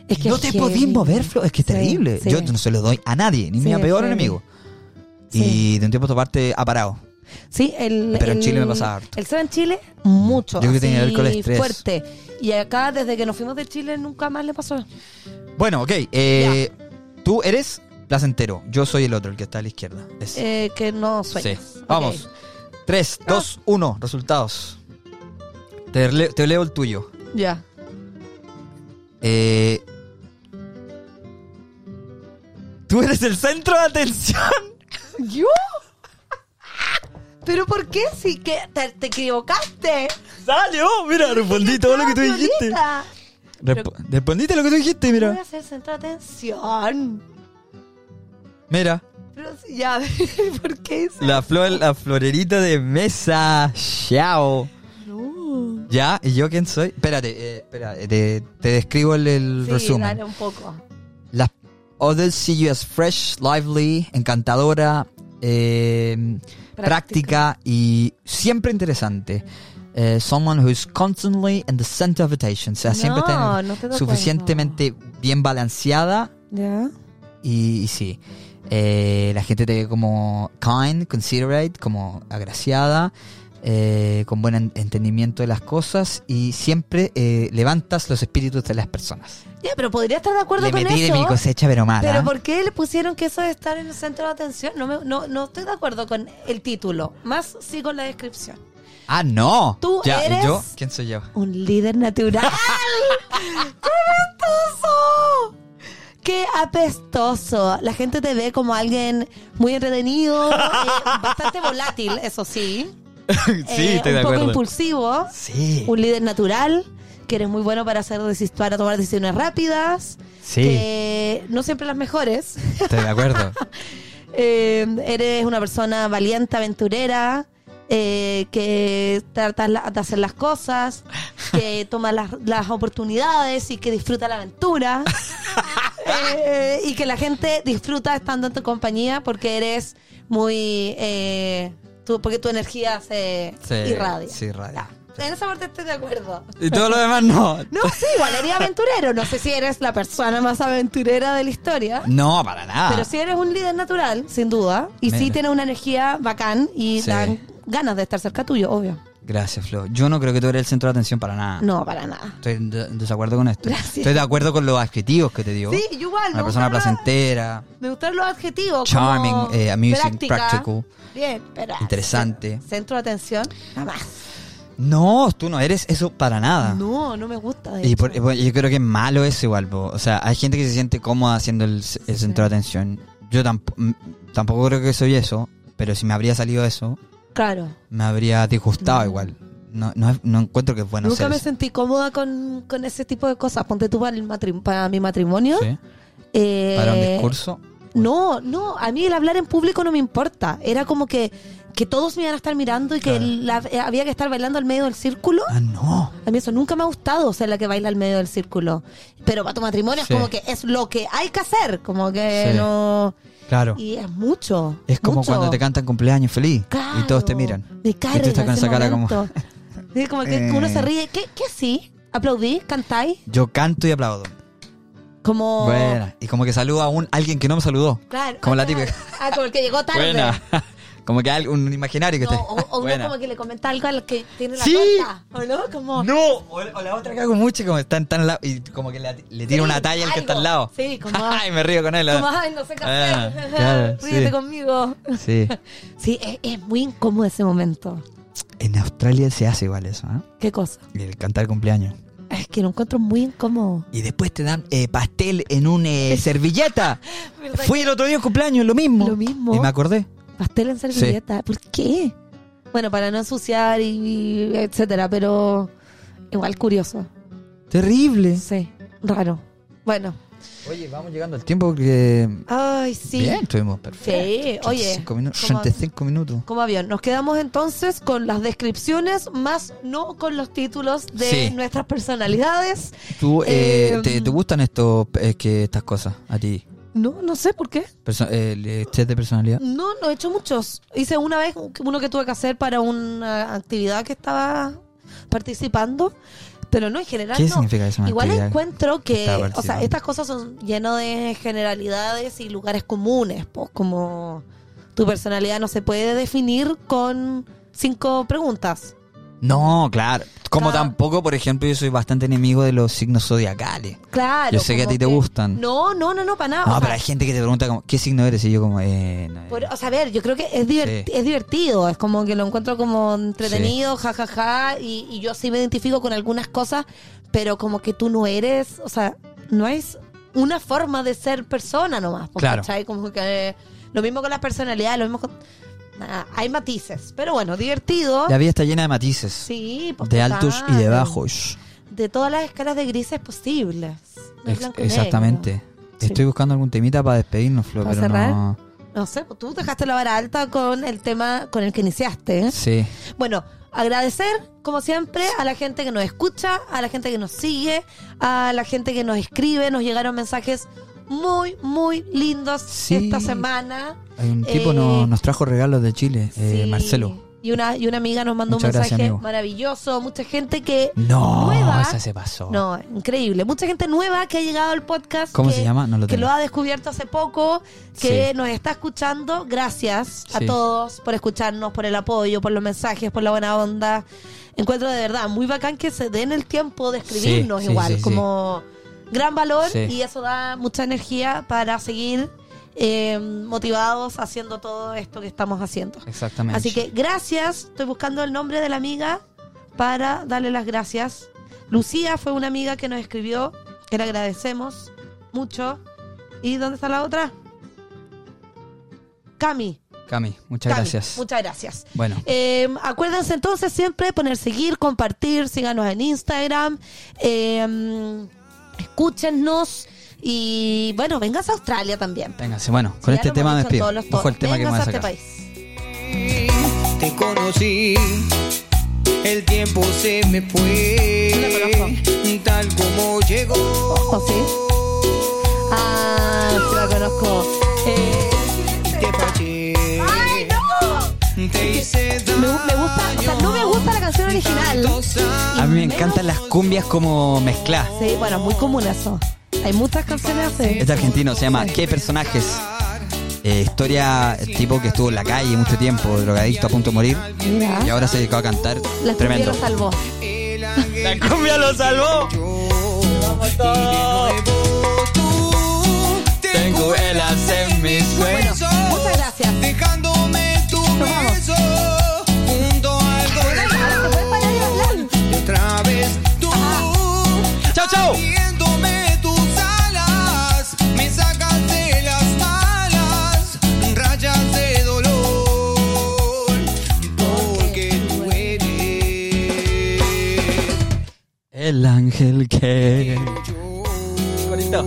[SPEAKER 3] es que
[SPEAKER 2] no
[SPEAKER 3] es
[SPEAKER 2] te
[SPEAKER 3] heavy.
[SPEAKER 2] podías mover, Flo. Es que es
[SPEAKER 3] Sí,
[SPEAKER 2] terrible.
[SPEAKER 3] sí.
[SPEAKER 2] Yo no se lo doy a nadie, ni
[SPEAKER 3] Sí,
[SPEAKER 2] mi peor
[SPEAKER 3] sí.
[SPEAKER 2] enemigo.
[SPEAKER 3] Sí.
[SPEAKER 2] Y de un tiempo a otra parte ha parado.
[SPEAKER 3] Sí, el,
[SPEAKER 2] Pero en
[SPEAKER 3] el-
[SPEAKER 2] Chile me pasaba harto.
[SPEAKER 3] El SEBA en Chile, mucho.
[SPEAKER 2] Yo que tenía
[SPEAKER 3] así,
[SPEAKER 2] alcohol estrés.
[SPEAKER 3] fuerte. Y acá, desde que nos fuimos de Chile, nunca más le pasó.
[SPEAKER 2] Bueno, ok. eh, Tú eres placentero. Yo soy el otro, el que está a la izquierda. Es-
[SPEAKER 3] Eh, que no sueñas.
[SPEAKER 2] Sí.
[SPEAKER 3] Ok. Ah.
[SPEAKER 2] Vamos. 3, 2, 1. Resultados. Te leo, te leo el tuyo.
[SPEAKER 3] Ya.
[SPEAKER 2] Eh, tú eres el centro de atención.
[SPEAKER 3] ¿Yo? ¿Pero por qué? Si que te, te equivocaste. Ah,
[SPEAKER 2] Salió. Ah, Mira, respondí todo lo que tú
[SPEAKER 3] Estaba
[SPEAKER 2] dijiste.
[SPEAKER 3] violita.
[SPEAKER 2] Resp- respondiste lo que tú dijiste,
[SPEAKER 3] Voy a
[SPEAKER 2] mira.
[SPEAKER 3] hacer centro de atención.
[SPEAKER 2] Mira.
[SPEAKER 3] Pero si- ya, ¿por qué eso?
[SPEAKER 2] La flor, la florerita de mesa. Chao.
[SPEAKER 3] No.
[SPEAKER 2] ¿Ya? ¿Y yo quién soy? Espérate, eh, espera, eh, te, te describo el, el
[SPEAKER 3] Sí,
[SPEAKER 2] resumen.
[SPEAKER 3] dale un poco.
[SPEAKER 2] Las others see you as fresh, lively, encantadora, eh, práctica. y siempre interesante. Eh, someone who's constantly in the center of attention. O sea, siempre
[SPEAKER 3] No,
[SPEAKER 2] está en-
[SPEAKER 3] no te das
[SPEAKER 2] suficientemente bien balanceada
[SPEAKER 3] Ya.
[SPEAKER 2] y, y sí. Eh, la gente te ve como kind, considerate, como agraciada, eh, con buen en- entendimiento de las cosas y siempre eh, levantas los espíritus de las personas.
[SPEAKER 3] Ya, pero podría estar de acuerdo
[SPEAKER 2] Le
[SPEAKER 3] con
[SPEAKER 2] metí ¿ah?
[SPEAKER 3] eso.
[SPEAKER 2] de mi cosecha, pero mala.
[SPEAKER 3] Pero ¿por qué le pusieron que eso de estar en el centro de atención? No, me- no, no estoy de acuerdo con el título, más sí con la descripción.
[SPEAKER 2] Ah, no.
[SPEAKER 3] Tú
[SPEAKER 2] ya, ¿y
[SPEAKER 3] eres- eh,
[SPEAKER 2] yo? ¿Quién soy yo?
[SPEAKER 3] Un líder natural. ¡Qué apestoso! ¡Qué apestoso! La gente te ve como alguien muy entretenido, eh, bastante volátil, eso sí.
[SPEAKER 2] sí,
[SPEAKER 3] Eh, un poco impulsivo.
[SPEAKER 2] Sí.
[SPEAKER 3] Un líder natural, que eres muy bueno para, hacer, decis- para tomar decisiones rápidas.
[SPEAKER 2] Sí.
[SPEAKER 3] que no siempre las mejores.
[SPEAKER 2] Estoy de acuerdo.
[SPEAKER 3] Eh, eres una persona valiente, aventurera, eh, que tratas la- de hacer las cosas, que toma las, las oportunidades y que disfruta la aventura. Eh, y que la gente disfruta estando en tu compañía porque eres muy... eh, tú- porque tu energía se
[SPEAKER 2] Sí,
[SPEAKER 3] irradia.
[SPEAKER 2] sí, irradia.
[SPEAKER 3] Ya. En esa parte estoy de acuerdo.
[SPEAKER 2] Y todo lo demás no.
[SPEAKER 3] No, sí, igual eres aventurero. No sé si eres la persona más aventurera de la historia.
[SPEAKER 2] No, para nada.
[SPEAKER 3] Pero si eres un líder natural, sin duda, y si
[SPEAKER 2] Mira.
[SPEAKER 3] tienes una energía bacán y
[SPEAKER 2] Sí.
[SPEAKER 3] dan ganas de estar cerca tuyo, obvio.
[SPEAKER 2] Gracias, Flo. Yo no creo que tú eres el centro de atención para nada.
[SPEAKER 3] No, para nada.
[SPEAKER 2] Estoy en de- en desacuerdo con esto.
[SPEAKER 3] Gracias.
[SPEAKER 2] Estoy de acuerdo con los adjetivos que te digo.
[SPEAKER 3] Sí, yo igual.
[SPEAKER 2] Una
[SPEAKER 3] me
[SPEAKER 2] persona
[SPEAKER 3] gustaron los-
[SPEAKER 2] placentera,
[SPEAKER 3] Me gustaron los adjetivos.
[SPEAKER 2] charming,
[SPEAKER 3] como
[SPEAKER 2] eh, amusing,
[SPEAKER 3] práctica.
[SPEAKER 2] practical.
[SPEAKER 3] Bien, pero.
[SPEAKER 2] Interesante.
[SPEAKER 3] Centro de atención, nada más.
[SPEAKER 2] No, tú no eres eso para nada.
[SPEAKER 3] No, no me gusta. de
[SPEAKER 2] Ah. Y por- eh,
[SPEAKER 3] hecho.
[SPEAKER 2] y por- yo creo que es malo eso igual. po. O sea, hay gente que se siente cómoda haciendo el, c- el centro de atención. Yo tamp- m- tampoco creo que soy eso, pero si me habría salido eso,
[SPEAKER 3] Claro.
[SPEAKER 2] me habría disgustado
[SPEAKER 3] Mm.
[SPEAKER 2] igual. No, no, es- no encuentro que es bueno
[SPEAKER 3] Nunca
[SPEAKER 2] ser
[SPEAKER 3] me
[SPEAKER 2] eso.
[SPEAKER 3] sentí cómoda con, con ese tipo de cosas. Ponte tú para, el matrim- para mi matrimonio.
[SPEAKER 2] Sí.
[SPEAKER 3] eh,
[SPEAKER 2] Para un discurso.
[SPEAKER 3] No, no, a mí el hablar en público no me importa. Era como que, que todos me iban a estar mirando y que
[SPEAKER 2] Claro.
[SPEAKER 3] la- eh, había que estar bailando al medio del círculo.
[SPEAKER 2] Ah, no.
[SPEAKER 3] A mí eso nunca me ha gustado, ser la que baila al medio del círculo. Pero para tu matrimonio
[SPEAKER 2] Sí.
[SPEAKER 3] es como que es lo que hay que hacer, como que
[SPEAKER 2] Sí.
[SPEAKER 3] no...
[SPEAKER 2] Claro.
[SPEAKER 3] Y es mucho.
[SPEAKER 2] es como
[SPEAKER 3] mucho.
[SPEAKER 2] cuando te cantan cumpleaños feliz
[SPEAKER 3] Claro,
[SPEAKER 2] y todos te miran.
[SPEAKER 3] Me
[SPEAKER 2] y tú
[SPEAKER 3] carga
[SPEAKER 2] estás con
[SPEAKER 3] ese
[SPEAKER 2] esa cara como.
[SPEAKER 3] momento. Sí, como que
[SPEAKER 2] Eh.
[SPEAKER 3] uno se ríe. ¿Qué, qué sí? ¿Aplaudí? ¿Cantáis?
[SPEAKER 2] Yo canto y aplaudo.
[SPEAKER 3] Como...
[SPEAKER 2] Buena. Y como que saluda a un, alguien que no me saludó.
[SPEAKER 3] Claro.
[SPEAKER 2] Como la
[SPEAKER 3] claro.
[SPEAKER 2] típica.
[SPEAKER 3] Ah, como el que llegó tarde.
[SPEAKER 2] Buena. como que hay un imaginario que
[SPEAKER 3] No,
[SPEAKER 2] te.
[SPEAKER 3] o, o uno
[SPEAKER 2] Buena.
[SPEAKER 3] como que le comenta algo al que tiene la
[SPEAKER 2] Sí.
[SPEAKER 3] cuenta, ¿o no? Como,
[SPEAKER 2] No, o, o la otra que hago mucho como están tan al lado y como que le, le tiro
[SPEAKER 3] Sí,
[SPEAKER 2] una talla al que está al
[SPEAKER 3] algo.
[SPEAKER 2] lado.
[SPEAKER 3] Sí, como-
[SPEAKER 2] Ay, me río con él. ¿eh?
[SPEAKER 3] como, ay, no sé qué hacer,
[SPEAKER 2] Ah, claro,
[SPEAKER 3] ríete
[SPEAKER 2] sí.
[SPEAKER 3] conmigo.
[SPEAKER 2] Sí.
[SPEAKER 3] Sí, es, es muy incómodo ese momento.
[SPEAKER 2] En Australia se hace igual eso, ¿ah?
[SPEAKER 3] ¿Qué cosa?
[SPEAKER 2] El cantar cumpleaños.
[SPEAKER 3] Es que lo encuentro muy incómodo.
[SPEAKER 2] Y después te dan eh, pastel en una servilleta. Fui el otro día a un cumpleaños, lo mismo.
[SPEAKER 3] Lo mismo.
[SPEAKER 2] Y me acordé.
[SPEAKER 3] Pastel en servilleta. ¿Por qué? Bueno, para no ensuciar y, y etcétera, pero igual curioso.
[SPEAKER 2] Terrible.
[SPEAKER 3] Sí, raro. Bueno.
[SPEAKER 2] Oye, vamos llegando al tiempo que...
[SPEAKER 3] Ay, sí.
[SPEAKER 2] Bien, estuvimos perfecto.
[SPEAKER 3] Sí, oye.
[SPEAKER 2] 35 minutos.
[SPEAKER 3] como-
[SPEAKER 2] 35 minutos.
[SPEAKER 3] Como avión. Nos quedamos entonces con las descripciones, más no con los títulos de
[SPEAKER 2] Sí.
[SPEAKER 3] nuestras personalidades.
[SPEAKER 2] ¿Tú, eh,
[SPEAKER 3] Em,
[SPEAKER 2] te, te gustan estos, eh, que, estas cosas a ti?
[SPEAKER 3] No, no sé por qué.
[SPEAKER 2] Perso- el eh, test de personalidad.
[SPEAKER 3] No, no he hecho muchos. Hice una vez uno que tuve que hacer para una actividad que estaba participando, pero no en general.
[SPEAKER 2] ¿Qué
[SPEAKER 3] no.
[SPEAKER 2] significa eso? una
[SPEAKER 3] Igual
[SPEAKER 2] actividad?
[SPEAKER 3] encuentro que,
[SPEAKER 2] estaba
[SPEAKER 3] o sea,
[SPEAKER 2] participando.
[SPEAKER 3] estas cosas son llenas de generalidades y lugares comunes, pues como tu personalidad no se puede definir con cinco preguntas.
[SPEAKER 2] No, claro. Como
[SPEAKER 3] Claro.
[SPEAKER 2] tampoco, por ejemplo, yo soy bastante enemigo de los signos zodiacales.
[SPEAKER 3] Claro.
[SPEAKER 2] Yo sé que a
[SPEAKER 3] como
[SPEAKER 2] ti te gustan.
[SPEAKER 3] No, no, no, no, para nada.
[SPEAKER 2] No,
[SPEAKER 3] Ah, o,
[SPEAKER 2] pero
[SPEAKER 3] sea,
[SPEAKER 2] hay gente que te pregunta como, ¿qué signo eres? Y yo como, eh, no, eh.
[SPEAKER 3] por- o sea, a ver, yo creo que es, divert-
[SPEAKER 2] Sí.
[SPEAKER 3] es divertido, es como que lo encuentro como entretenido, jajaja, y, y yo sí me identifico con algunas cosas, pero como que tú no eres, o sea, no es una forma de ser persona nomás, po,
[SPEAKER 2] Claro.
[SPEAKER 3] ¿cachai? Como que lo mismo con las personalidades, lo mismo con... nada, hay matices, pero bueno, divertido.
[SPEAKER 2] La vida está llena de matices.
[SPEAKER 3] Sí, pues,
[SPEAKER 2] de altos y
[SPEAKER 3] claro.
[SPEAKER 2] de bajos.
[SPEAKER 3] De todas las escalas de grises posibles. No es
[SPEAKER 2] Ex-
[SPEAKER 3] blanco y negro.
[SPEAKER 2] exactamente.
[SPEAKER 3] Sí.
[SPEAKER 2] Estoy buscando algún temita para despedirnos, Flo,
[SPEAKER 3] ¿Para
[SPEAKER 2] pero
[SPEAKER 3] cerrar?
[SPEAKER 2] no.
[SPEAKER 3] No sé, pues tú dejaste la vara alta con el tema con el que iniciaste. ¿eh?
[SPEAKER 2] Sí.
[SPEAKER 3] Bueno, agradecer, como siempre, a la gente que nos escucha, a la gente que nos sigue, a la gente que nos escribe. Nos llegaron mensajes muy, muy lindos
[SPEAKER 2] Sí.
[SPEAKER 3] esta semana.
[SPEAKER 2] Hay un tipo
[SPEAKER 3] Eh,
[SPEAKER 2] no- nos trajo regalos de Chile, eh,
[SPEAKER 3] Sí.
[SPEAKER 2] Marcelo.
[SPEAKER 3] Y una, y una amiga nos mandó
[SPEAKER 2] Muchas
[SPEAKER 3] un
[SPEAKER 2] gracias,
[SPEAKER 3] mensaje
[SPEAKER 2] amigo.
[SPEAKER 3] maravilloso. Mucha gente que.
[SPEAKER 2] No,
[SPEAKER 3] Nueva.
[SPEAKER 2] esa se pasó.
[SPEAKER 3] No, increíble. Mucha gente nueva que ha llegado al podcast.
[SPEAKER 2] ¿Cómo
[SPEAKER 3] que-
[SPEAKER 2] se llama? No lo
[SPEAKER 3] que
[SPEAKER 2] tengo.
[SPEAKER 3] lo ha descubierto hace poco, que
[SPEAKER 2] Sí.
[SPEAKER 3] nos está escuchando. Gracias a
[SPEAKER 2] Sí.
[SPEAKER 3] todos por escucharnos, por el apoyo, por los mensajes, por la buena onda. Encuentro de verdad muy bacán que se den el tiempo de escribirnos
[SPEAKER 2] Sí, sí,
[SPEAKER 3] igual,
[SPEAKER 2] sí, sí.
[SPEAKER 3] como gran valor
[SPEAKER 2] Sí.
[SPEAKER 3] y eso da mucha energía para seguir eh, motivados haciendo todo esto que estamos haciendo.
[SPEAKER 2] Exactamente.
[SPEAKER 3] Así que gracias, estoy buscando el nombre de la amiga para darle las gracias. Lucía fue una amiga que nos escribió, que le agradecemos mucho. ¿Y dónde está la otra? Cami.
[SPEAKER 2] Cami, muchas
[SPEAKER 3] Cami,
[SPEAKER 2] gracias.
[SPEAKER 3] Muchas gracias.
[SPEAKER 2] Bueno,
[SPEAKER 3] Eh, acuérdense entonces siempre poner seguir, compartir, síganos en Instagram, eh, escúchenos y bueno, vengas a Australia también.
[SPEAKER 2] véngase. Bueno, con
[SPEAKER 3] Ya
[SPEAKER 2] este
[SPEAKER 3] lo
[SPEAKER 2] tema
[SPEAKER 3] hemos
[SPEAKER 2] me
[SPEAKER 3] dicho
[SPEAKER 2] despido.
[SPEAKER 3] en todos los
[SPEAKER 2] Ojo el
[SPEAKER 3] tonos.
[SPEAKER 2] tema que me
[SPEAKER 3] Véngase
[SPEAKER 2] van a
[SPEAKER 3] a este
[SPEAKER 2] sacar.
[SPEAKER 3] país.
[SPEAKER 1] Te conocí, el tiempo se me fue, tal como llegó.
[SPEAKER 3] Ojo, sí. Ah, sí la conozco. Eh,
[SPEAKER 1] Te fallé,
[SPEAKER 3] ¡Ay, no!
[SPEAKER 1] te hice
[SPEAKER 3] Me, gu- me gusta, o sea, no me gusta la canción original. Y
[SPEAKER 2] A mí me
[SPEAKER 3] menos-
[SPEAKER 2] encantan las cumbias como mezcladas.
[SPEAKER 3] Sí, bueno, muy común eso. Hay muchas canciones así.
[SPEAKER 2] Este argentino se llama ¿Qué personajes? Eh, historia tipo que estuvo en la calle mucho tiempo, drogadicto a punto de morir.
[SPEAKER 3] Mira.
[SPEAKER 2] Y ahora se dedicó a cantar.
[SPEAKER 3] La cumbia
[SPEAKER 2] Tremendo.
[SPEAKER 3] lo salvó.
[SPEAKER 2] La cumbia lo salvó.
[SPEAKER 1] Uh,
[SPEAKER 2] Tengo el en mis
[SPEAKER 3] Bueno,
[SPEAKER 2] huesos.
[SPEAKER 3] muchas gracias.
[SPEAKER 1] Dejándome tu
[SPEAKER 3] vamos.
[SPEAKER 1] beso junto al
[SPEAKER 3] Ahora se puede parar de hablar.
[SPEAKER 1] Y otra vez tú
[SPEAKER 3] Ah.
[SPEAKER 2] Chao, chao.
[SPEAKER 1] Abriéndome tus alas Me sacas de las malas Rayas de dolor Porque tú eres
[SPEAKER 2] El ángel que.
[SPEAKER 1] yo